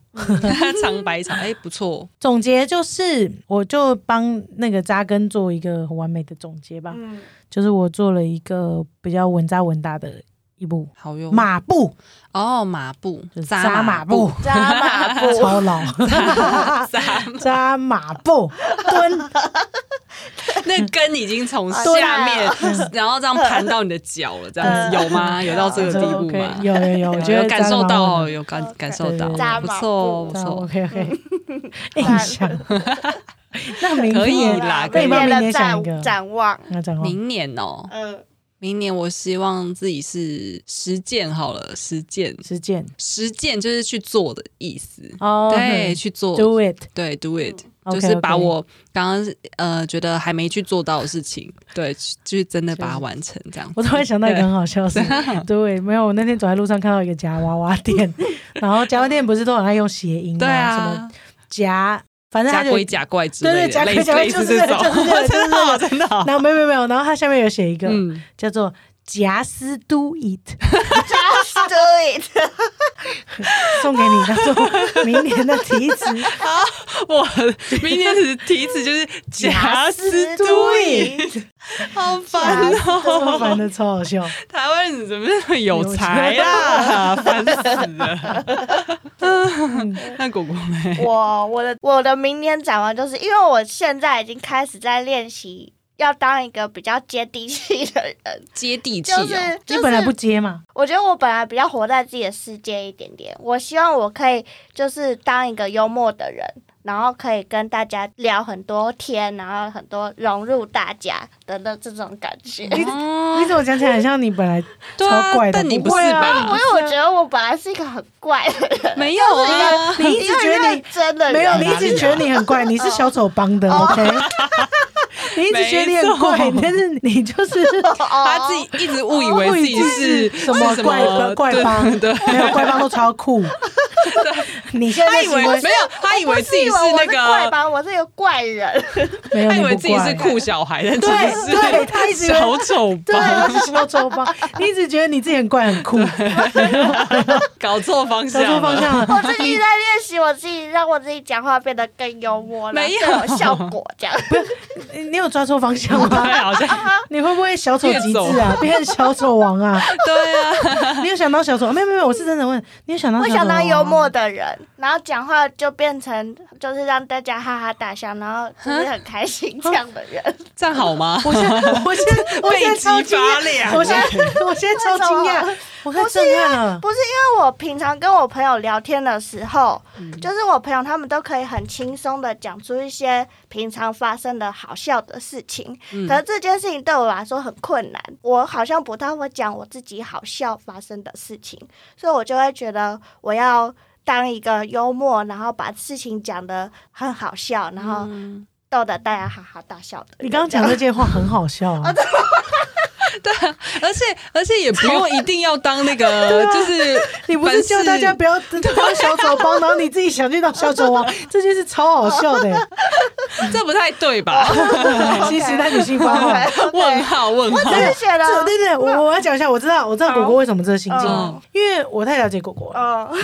[SPEAKER 1] 长白草，哎、不错，
[SPEAKER 2] 总结就是，我就帮那个扎根做一个很完美的总结吧，
[SPEAKER 3] 嗯
[SPEAKER 2] 就是我做了一个比较稳扎稳打的一步
[SPEAKER 1] 好用
[SPEAKER 2] 马
[SPEAKER 1] [laughs]
[SPEAKER 2] 步，
[SPEAKER 1] 哦，马步
[SPEAKER 2] 就是
[SPEAKER 1] 扎
[SPEAKER 2] 扎马
[SPEAKER 1] 马
[SPEAKER 2] 步，
[SPEAKER 3] 扎马
[SPEAKER 2] [laughs]
[SPEAKER 3] 步，
[SPEAKER 2] 超老。
[SPEAKER 1] [laughs] 扎
[SPEAKER 2] 扎马
[SPEAKER 1] [laughs]
[SPEAKER 2] 步蹲， [laughs]
[SPEAKER 1] 那根已经从
[SPEAKER 3] 啊
[SPEAKER 1] 下面，然后这样盘到你的脚了，这样子
[SPEAKER 3] 嗯
[SPEAKER 1] 有吗？有到这个地
[SPEAKER 2] 就
[SPEAKER 1] 步
[SPEAKER 2] 嗯 OK，
[SPEAKER 1] 吗？
[SPEAKER 2] 有有有，我觉
[SPEAKER 1] 有
[SPEAKER 2] 得
[SPEAKER 1] 感受到哦，
[SPEAKER 2] 有
[SPEAKER 1] 有感
[SPEAKER 3] OK
[SPEAKER 1] 感受到
[SPEAKER 2] 对对，
[SPEAKER 1] 不错
[SPEAKER 3] 对
[SPEAKER 1] 不错，
[SPEAKER 2] OK OK，
[SPEAKER 1] 嗯
[SPEAKER 3] 扎
[SPEAKER 2] 印象。
[SPEAKER 1] [laughs]
[SPEAKER 2] 那明
[SPEAKER 1] 可以
[SPEAKER 2] 天
[SPEAKER 1] 啦
[SPEAKER 2] 可以
[SPEAKER 3] 明
[SPEAKER 2] 吗
[SPEAKER 3] 年
[SPEAKER 2] 明
[SPEAKER 3] 的
[SPEAKER 2] 年想一
[SPEAKER 3] 展
[SPEAKER 2] 个
[SPEAKER 3] 展望，
[SPEAKER 2] 那讲话
[SPEAKER 1] 明年哦，
[SPEAKER 3] 嗯，
[SPEAKER 1] 明年我希望自己是实践好了，实践
[SPEAKER 2] 实践
[SPEAKER 1] 实践就是去做的意思，
[SPEAKER 2] 哦，
[SPEAKER 1] 对，
[SPEAKER 2] 嗯
[SPEAKER 1] 去做，
[SPEAKER 2] ，Do it，
[SPEAKER 1] 对，do it，
[SPEAKER 2] OK，
[SPEAKER 1] 就是把
[SPEAKER 2] OK
[SPEAKER 1] 我刚刚呃觉得还没去做到的事情，对，去就是真的把它完成这样。
[SPEAKER 2] 我突然想到一个很好笑的事， [laughs] 对，没有，我那天走在路上看到一个夹娃娃店，然后夹娃娃店不是都很爱用谐音吗？
[SPEAKER 1] 对
[SPEAKER 2] 什
[SPEAKER 1] 啊
[SPEAKER 2] 么，夹，反正
[SPEAKER 1] 假
[SPEAKER 2] 他就
[SPEAKER 1] 鬼假怪之
[SPEAKER 2] 对
[SPEAKER 1] 类的，
[SPEAKER 2] 对，夹鬼
[SPEAKER 1] 类似
[SPEAKER 2] 夹鬼
[SPEAKER 1] 类
[SPEAKER 2] 就
[SPEAKER 1] 似
[SPEAKER 2] 是
[SPEAKER 1] 这
[SPEAKER 2] 这个
[SPEAKER 1] 种，
[SPEAKER 2] 就是这个，就是
[SPEAKER 1] [laughs] 真的
[SPEAKER 2] 这
[SPEAKER 1] 哦
[SPEAKER 2] 个。
[SPEAKER 1] 真的哦，
[SPEAKER 2] 然后没有没有没有，然后它下面有写一个，
[SPEAKER 1] 嗯，
[SPEAKER 2] 叫做夹丝 do it，
[SPEAKER 3] Just do it，
[SPEAKER 2] 送给你当做明年的题
[SPEAKER 1] [laughs]
[SPEAKER 2] 词。
[SPEAKER 1] 我
[SPEAKER 2] [laughs]
[SPEAKER 1] 明年的题词就是夹丝
[SPEAKER 3] 嘟
[SPEAKER 1] 都
[SPEAKER 3] it，
[SPEAKER 1] 好
[SPEAKER 3] [laughs] 夹
[SPEAKER 1] 烦
[SPEAKER 3] 丝
[SPEAKER 2] 超
[SPEAKER 1] 哦！
[SPEAKER 2] 烦的，超
[SPEAKER 1] [laughs]
[SPEAKER 2] 好笑。
[SPEAKER 1] 台湾人怎么那么有才啊？烦死了！
[SPEAKER 2] [laughs]
[SPEAKER 1] 那果果呢？ [laughs]
[SPEAKER 3] 我我的我的明年展望就是因为我现在已经开始在练习。要当一个比较接地气的人，
[SPEAKER 1] 接地气
[SPEAKER 3] 就
[SPEAKER 1] 哦，
[SPEAKER 3] 是
[SPEAKER 2] 你
[SPEAKER 3] 就是
[SPEAKER 2] 本来不接嘛？
[SPEAKER 3] 我觉得我本来比较活在自己的世界一点点，我希望我可以就是当一个幽默的人，然后可以跟大家聊很多天，然后很多融入大家的那这种感觉。
[SPEAKER 1] 嗯
[SPEAKER 3] 因
[SPEAKER 2] 你怎么讲起来很像你本来
[SPEAKER 1] 哦对啊
[SPEAKER 2] 超怪的？
[SPEAKER 1] 但你不
[SPEAKER 2] 不会
[SPEAKER 1] 是
[SPEAKER 2] 啊
[SPEAKER 1] 吧
[SPEAKER 3] 为我觉得我本来是一个很怪的人，
[SPEAKER 1] 没有啊？
[SPEAKER 2] 你一直觉得
[SPEAKER 3] 很
[SPEAKER 2] 你
[SPEAKER 3] 真的人
[SPEAKER 2] 没有，
[SPEAKER 1] 哪里
[SPEAKER 2] 你一
[SPEAKER 1] 啊哦
[SPEAKER 2] 直觉得你很怪，你是小丑帮的，OK？你一直觉得你很怪
[SPEAKER 1] 没，错
[SPEAKER 2] 但是
[SPEAKER 1] [laughs]
[SPEAKER 2] 你就是
[SPEAKER 3] 哦
[SPEAKER 1] 他自己一直误以为自己是
[SPEAKER 2] 哦什么
[SPEAKER 1] 是
[SPEAKER 2] 怪帮怪帮
[SPEAKER 1] 对对，
[SPEAKER 2] 没有怪帮都超酷。你现
[SPEAKER 1] 他
[SPEAKER 2] 在
[SPEAKER 1] 以
[SPEAKER 2] 行
[SPEAKER 1] 为
[SPEAKER 2] 为
[SPEAKER 1] 没有，他以为自己
[SPEAKER 3] 是
[SPEAKER 1] 是
[SPEAKER 3] 我
[SPEAKER 1] 那
[SPEAKER 3] 是怪
[SPEAKER 1] 个，
[SPEAKER 3] 吧，我是一个怪人，
[SPEAKER 2] 没有，
[SPEAKER 1] 他以
[SPEAKER 2] 你
[SPEAKER 1] 为
[SPEAKER 2] 不
[SPEAKER 1] 自己是
[SPEAKER 2] 怪
[SPEAKER 1] 酷小孩，但
[SPEAKER 2] 对
[SPEAKER 1] 其
[SPEAKER 2] 对，他一
[SPEAKER 1] 实
[SPEAKER 2] 直
[SPEAKER 1] 是
[SPEAKER 2] 以为
[SPEAKER 1] 小丑
[SPEAKER 2] 对，
[SPEAKER 1] 吧，
[SPEAKER 2] 我是小丑帮，你一直觉得你自己很怪很酷，
[SPEAKER 1] 搞错方
[SPEAKER 2] 走
[SPEAKER 1] 向，
[SPEAKER 2] 错方。向啊
[SPEAKER 3] 我
[SPEAKER 1] 啊
[SPEAKER 2] 了。
[SPEAKER 3] 自己在练习我自己，让我自己讲话变得更幽默，
[SPEAKER 1] 没有
[SPEAKER 3] 然后更有效果这样。
[SPEAKER 2] 你你有抓错方向
[SPEAKER 1] 对，
[SPEAKER 2] 吗？
[SPEAKER 1] [laughs] 好
[SPEAKER 2] [laughs]
[SPEAKER 1] 像
[SPEAKER 2] 你会不会小丑极致啊？变小丑
[SPEAKER 1] [laughs]
[SPEAKER 2] 王啊？
[SPEAKER 1] 对啊，
[SPEAKER 2] 你有想到小丑？没有没有，我是真的问，你有想到？
[SPEAKER 3] 我想当幽默，的人，然后讲话就变成就是让大家哈哈大笑，然后就是很开心这样的人。
[SPEAKER 1] 这样好吗？
[SPEAKER 2] 我现在我现在我现在超惊讶，
[SPEAKER 1] 两
[SPEAKER 2] [laughs] 我现在我现在超惊讶，我太震撼了。
[SPEAKER 3] 不是因为我平常跟我朋友聊天的时候，
[SPEAKER 1] 嗯
[SPEAKER 3] 就是我朋友他们都可以很轻松的讲出一些平常发生的好笑的事情，
[SPEAKER 2] 嗯
[SPEAKER 3] 可是这件事情对我来说很困难，我好像不太会讲我自己好笑发生的事情，所以我就会觉得我要。当一个幽默，然后把事情讲得很好笑，然
[SPEAKER 2] 嗯
[SPEAKER 1] 嗯
[SPEAKER 3] 后逗得大家哈哈大笑的
[SPEAKER 1] [laughs] 啊
[SPEAKER 3] 人。 [laughs]
[SPEAKER 2] 你刚刚讲这件话很好笑啊！
[SPEAKER 1] 而且而且也不用一定要当那
[SPEAKER 2] [laughs]
[SPEAKER 1] 个，就是
[SPEAKER 2] 啊你不是叫大家不要 [laughs] 当小丑帮，然后你自己想去当小丑王，这件事超好笑
[SPEAKER 1] [laughs]
[SPEAKER 2] 的。
[SPEAKER 1] 这不太对
[SPEAKER 2] [laughs]
[SPEAKER 1] 吧？
[SPEAKER 2] 新时代女性发
[SPEAKER 3] [laughs]
[SPEAKER 2] 问，
[SPEAKER 1] 问号问号，
[SPEAKER 3] 真的写了
[SPEAKER 2] 这对对，我我要讲一下，我知道我知道果果为什么这个心境
[SPEAKER 1] 嗯，
[SPEAKER 2] 因为我太了解果果了。
[SPEAKER 3] 哦， [laughs]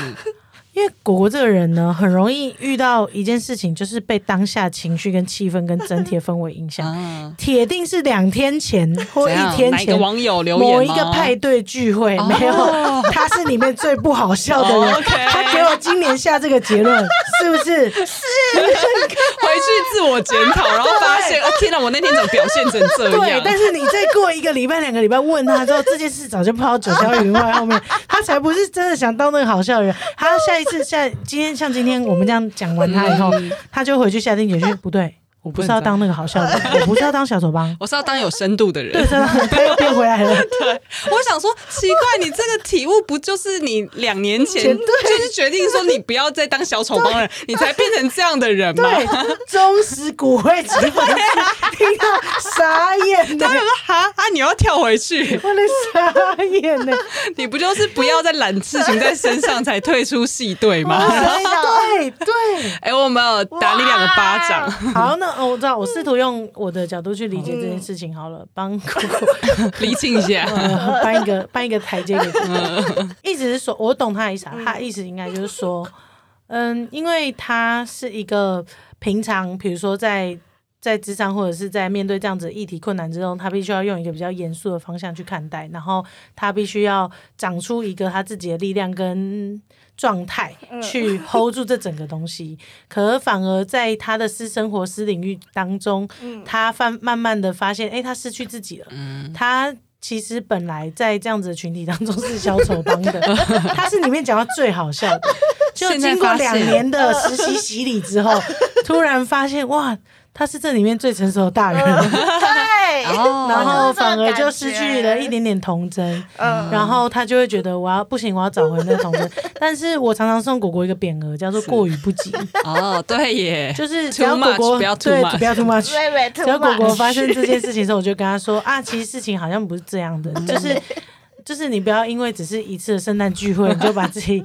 [SPEAKER 2] 因为果果这个人呢，很容易遇到一件事情，就是被当下情绪、跟气氛、跟
[SPEAKER 1] [laughs]
[SPEAKER 2] 整体的氛围影响。
[SPEAKER 1] 啊
[SPEAKER 2] 铁定是两天前或
[SPEAKER 1] 怎
[SPEAKER 2] 一
[SPEAKER 1] 样
[SPEAKER 2] 天
[SPEAKER 1] 哪一个
[SPEAKER 2] 前
[SPEAKER 1] 网友留言吗
[SPEAKER 2] 某一个派对聚会，
[SPEAKER 1] 哦
[SPEAKER 2] 没有， [laughs] 他是里面最不好笑的人
[SPEAKER 1] 哦。，OK
[SPEAKER 2] 他给我今年下这个
[SPEAKER 1] [laughs]
[SPEAKER 2] 结论，是不是？
[SPEAKER 1] 回去自我检讨，然后发
[SPEAKER 2] [laughs]
[SPEAKER 1] 现，哦天哪，我那天怎么表现成这样？
[SPEAKER 2] 对，但是你再过一个礼拜、两个礼拜问他之后，这件事早就抛到九霄云外后面，他才不是真的想当那个好笑的人。他下一次下今天像今天我们这样讲完他以后，
[SPEAKER 1] 嗯
[SPEAKER 2] 他就回去下定决心，不对，我不是要当那个好笑的
[SPEAKER 1] [laughs]
[SPEAKER 2] 人，我不是要当小丑帮。
[SPEAKER 1] 我是要当有深度的人。
[SPEAKER 2] 对，他又变回来了。
[SPEAKER 1] [laughs] 我想说，奇怪，你这个体悟不就是你两年前就是决定说你不要再当小丑
[SPEAKER 2] [laughs]
[SPEAKER 1] 帮人，你才变成这样的人吗？
[SPEAKER 2] 对，忠实骨灰级
[SPEAKER 1] [laughs]
[SPEAKER 2] 粉丝，听到傻眼呢、
[SPEAKER 1] 他想说哈啊，你又要跳回去，
[SPEAKER 2] [laughs] 我的傻眼呢、
[SPEAKER 1] 你不就是不要再揽事情在身上才退出戏队
[SPEAKER 2] [laughs]
[SPEAKER 1] 吗？
[SPEAKER 2] 哦对对，
[SPEAKER 1] [laughs] 哎、我们有打你两个巴掌， [laughs]
[SPEAKER 2] 好，那哦我知道，我试图用我的角度去理解这件事情。好了，帮姑姑
[SPEAKER 1] 厘清一下。
[SPEAKER 2] [laughs] 呃搬一个搬一个台阶给他，意思是说，我懂他的意思啊，他的意思应该就是说，嗯，因为他是一个平常，比如说在。在职场或者是在面对这样子的议题困难之中，他必须要用一个比较严肃的方向去看待，然后他必须要长出一个他自己的力量跟状态去 hold 住这整个东西。可反而在他的私生活、私领域当中，他发慢慢的发现，哎、他失去自己了。
[SPEAKER 1] 嗯
[SPEAKER 2] 他其实本来在这样子的群体当中是小丑帮的， [laughs] 他是里面讲到最好笑的。就
[SPEAKER 1] 现在
[SPEAKER 2] 经过
[SPEAKER 1] 发现
[SPEAKER 2] 两年的实习洗礼之后，突然发现哇，他是这里面最成熟的大人，
[SPEAKER 3] 对，
[SPEAKER 1] 哦
[SPEAKER 2] 然后
[SPEAKER 3] 就是这种
[SPEAKER 2] 反而就失
[SPEAKER 3] 感觉
[SPEAKER 2] 去了一点点童真。
[SPEAKER 3] 嗯，
[SPEAKER 2] 然后他就会觉得我要不行，我要找回那童真。但是我常常送果果一个匾额，叫做过于不及， [laughs]
[SPEAKER 1] 哦，对耶，
[SPEAKER 2] 就是只
[SPEAKER 1] too
[SPEAKER 2] 要果
[SPEAKER 1] much，
[SPEAKER 2] 果
[SPEAKER 1] 不要 too
[SPEAKER 2] 对
[SPEAKER 1] much，
[SPEAKER 2] 不要 too much，
[SPEAKER 3] 微微 [laughs]
[SPEAKER 2] 只要果果发生这件
[SPEAKER 3] 事，
[SPEAKER 2] 事情的时候，我就跟他说啊，其实事情好像不是这样的，就是。 [laughs] 就是你不要因为只是一次的圣诞聚会，你就把
[SPEAKER 3] [laughs]
[SPEAKER 2] 自己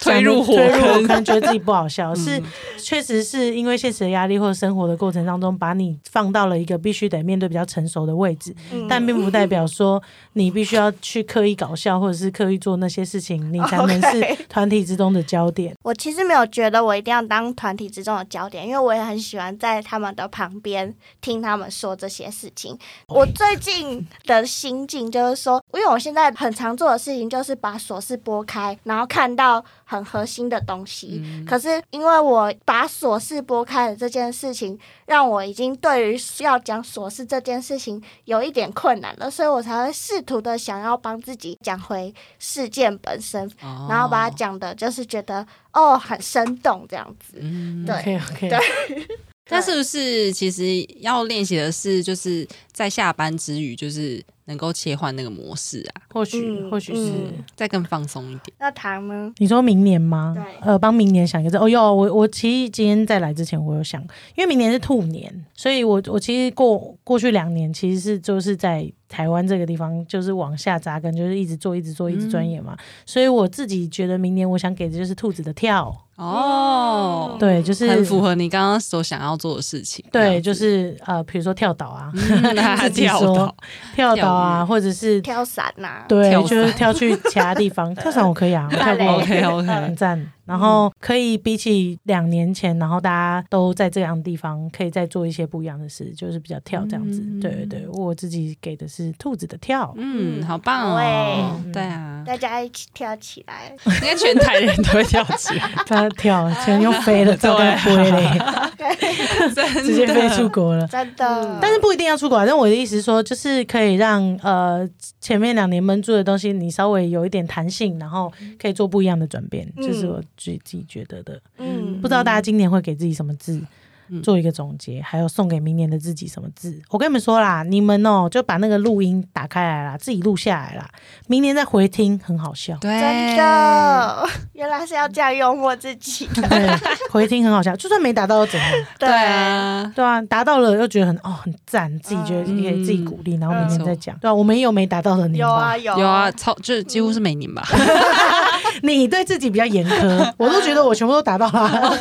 [SPEAKER 1] 推入火
[SPEAKER 2] 推入火
[SPEAKER 1] 坑。
[SPEAKER 2] 坑，觉得自己不好
[SPEAKER 3] 嗯
[SPEAKER 2] 笑。是，确实是因为现实的压力或生活的过程当中，把你放到了一个必须得面对比较成熟的位置，
[SPEAKER 3] 嗯
[SPEAKER 2] 但并不代表说你必须要去刻意搞笑，或者是刻意做那些事情，你才能
[SPEAKER 3] [laughs]
[SPEAKER 2] 是
[SPEAKER 3] 哦 OK
[SPEAKER 2] 团体之中的焦点。
[SPEAKER 3] 我其实没有觉得我一定要当团体之中的焦点，因为我也很喜欢在他们的旁边听他们说这些事情。我最近的心境就是说，因为我现在很常做的事情就是把琐事拨开，然后看到很核心的东西。可是因为我把琐事拨开的这件事情，让我已经对于要讲琐事这件事情有一点困难了，所以我才会试图的想要帮自己讲回事件本身，
[SPEAKER 1] 哦
[SPEAKER 3] 然后把它讲的，就是觉得哦很生动这样子。
[SPEAKER 1] 嗯
[SPEAKER 3] 对
[SPEAKER 2] OK OK，
[SPEAKER 3] 对
[SPEAKER 1] 那是不是其实要练习的是，就是在下班之余，就是能够切换那个模式啊，
[SPEAKER 2] 或许
[SPEAKER 3] 嗯
[SPEAKER 2] 或许是。
[SPEAKER 3] 嗯
[SPEAKER 1] 再更放松一点。
[SPEAKER 3] 那糖呢？
[SPEAKER 2] 你说明年吗？
[SPEAKER 3] 对
[SPEAKER 2] 呃，帮明年想一个字。哦哟，我我其实今天在来之前，我有想，因为明年是兔年，所以我我其实过过去两年其实是就是在台湾这个地方，就是往下扎根，就是一直做，一直做，一直钻研嘛。
[SPEAKER 3] 嗯
[SPEAKER 2] 所以我自己觉得明年我想给的就是兔子的跳，
[SPEAKER 3] 嗯
[SPEAKER 1] 哦，
[SPEAKER 2] 对，就是
[SPEAKER 1] 很符合你刚刚所想要做的事情。
[SPEAKER 2] 对，就是呃，比如说跳岛
[SPEAKER 3] 嗯
[SPEAKER 2] 啊，
[SPEAKER 1] 他 [laughs]
[SPEAKER 2] [laughs] 自己
[SPEAKER 1] 跳
[SPEAKER 2] 说
[SPEAKER 1] 岛，
[SPEAKER 2] 跳岛啊，或者是
[SPEAKER 3] 挑伞啊呐、
[SPEAKER 2] 对，
[SPEAKER 1] 跳
[SPEAKER 2] 就是
[SPEAKER 1] 伞
[SPEAKER 2] 跳去其他地
[SPEAKER 3] [laughs]
[SPEAKER 2] 方，跳伞我可以啊，我跳
[SPEAKER 3] 芭蕾
[SPEAKER 2] 过
[SPEAKER 1] OK OK，
[SPEAKER 2] 很赞。然后可以比起两年前，然后大家都在这样的地方，可以再做一些不一样的事，就是比较跳这样子。对对对，我自己给的是兔子的跳。
[SPEAKER 1] 嗯，好棒哦！对啊，
[SPEAKER 3] 大家一起跳起来。
[SPEAKER 1] 应该全台人都会跳起
[SPEAKER 2] [laughs]
[SPEAKER 1] 来，
[SPEAKER 2] 它跳，全用飞了，照该飞嘞，
[SPEAKER 1] 真
[SPEAKER 2] 直接飞
[SPEAKER 1] 的
[SPEAKER 2] 出国了。
[SPEAKER 3] 真
[SPEAKER 1] [laughs]
[SPEAKER 3] 的，
[SPEAKER 2] 但是不一定要出国啊，但我的意思是说，就是可以让呃前面两年闷住的东西，你稍微有一点弹性，然后可以做不一样的转变，这、是我自己自己觉得的。
[SPEAKER 3] 嗯
[SPEAKER 2] 不知道大家今年会给自己什么字？做一个总结，还有送给明年的自己什么字。我跟你们说啦，你们哦、就把那个录音打开来啦，自己录下来啦，明年再回听，很好笑。
[SPEAKER 1] 对，
[SPEAKER 3] 真的， [laughs] 原来是要这样幽默自己的。
[SPEAKER 2] 对，回听很好笑，就算没达到又怎样？
[SPEAKER 1] 对啊，
[SPEAKER 2] 对啊，达到了又觉得很哦很赞，自己觉得也自己鼓励，然后明天再讲。对啊，我们也有没达到的
[SPEAKER 3] 对，
[SPEAKER 2] 年
[SPEAKER 3] 有
[SPEAKER 2] 吧
[SPEAKER 3] 啊？有
[SPEAKER 1] 有啊，，超就是几乎是每年吧。 [laughs]
[SPEAKER 2] 你对自己比较严苛，我都觉得我全部都达
[SPEAKER 1] [laughs]
[SPEAKER 2] 到了。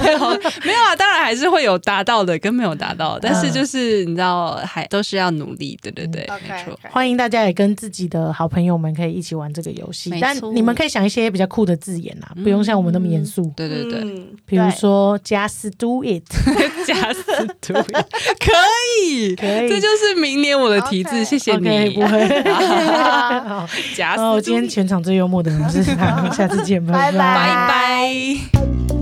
[SPEAKER 1] 没有啊，当然还是会有达到的跟没有达
[SPEAKER 2] 嗯
[SPEAKER 1] 到的，但是就是你知道，还都是要努力，对对对，
[SPEAKER 3] OK，
[SPEAKER 1] 没错。
[SPEAKER 2] 欢迎大家也跟自己的好朋友们可以一起玩这个游戏
[SPEAKER 1] 没，
[SPEAKER 2] 但
[SPEAKER 1] 错
[SPEAKER 2] 你们可以想一些比较酷的字眼啦，不用像我们那么严肃。
[SPEAKER 1] 对对对，
[SPEAKER 3] 嗯，
[SPEAKER 2] 比如说 “just do it”，
[SPEAKER 1] [laughs]
[SPEAKER 2] 嗯
[SPEAKER 1] 假死徒可以，
[SPEAKER 2] 可以
[SPEAKER 1] 这就是明年我的题字，
[SPEAKER 3] OK
[SPEAKER 1] 谢谢
[SPEAKER 2] 哎 OK，
[SPEAKER 1] 你
[SPEAKER 2] 不，会。
[SPEAKER 3] 对，啊
[SPEAKER 2] 好，
[SPEAKER 1] [laughs] 假死
[SPEAKER 2] 哦，今天
[SPEAKER 1] 徒， [laughs]
[SPEAKER 2] 全场最幽默的人是他，下次见，
[SPEAKER 1] 拜
[SPEAKER 3] 拜
[SPEAKER 2] 拜
[SPEAKER 3] 拜
[SPEAKER 1] 拜。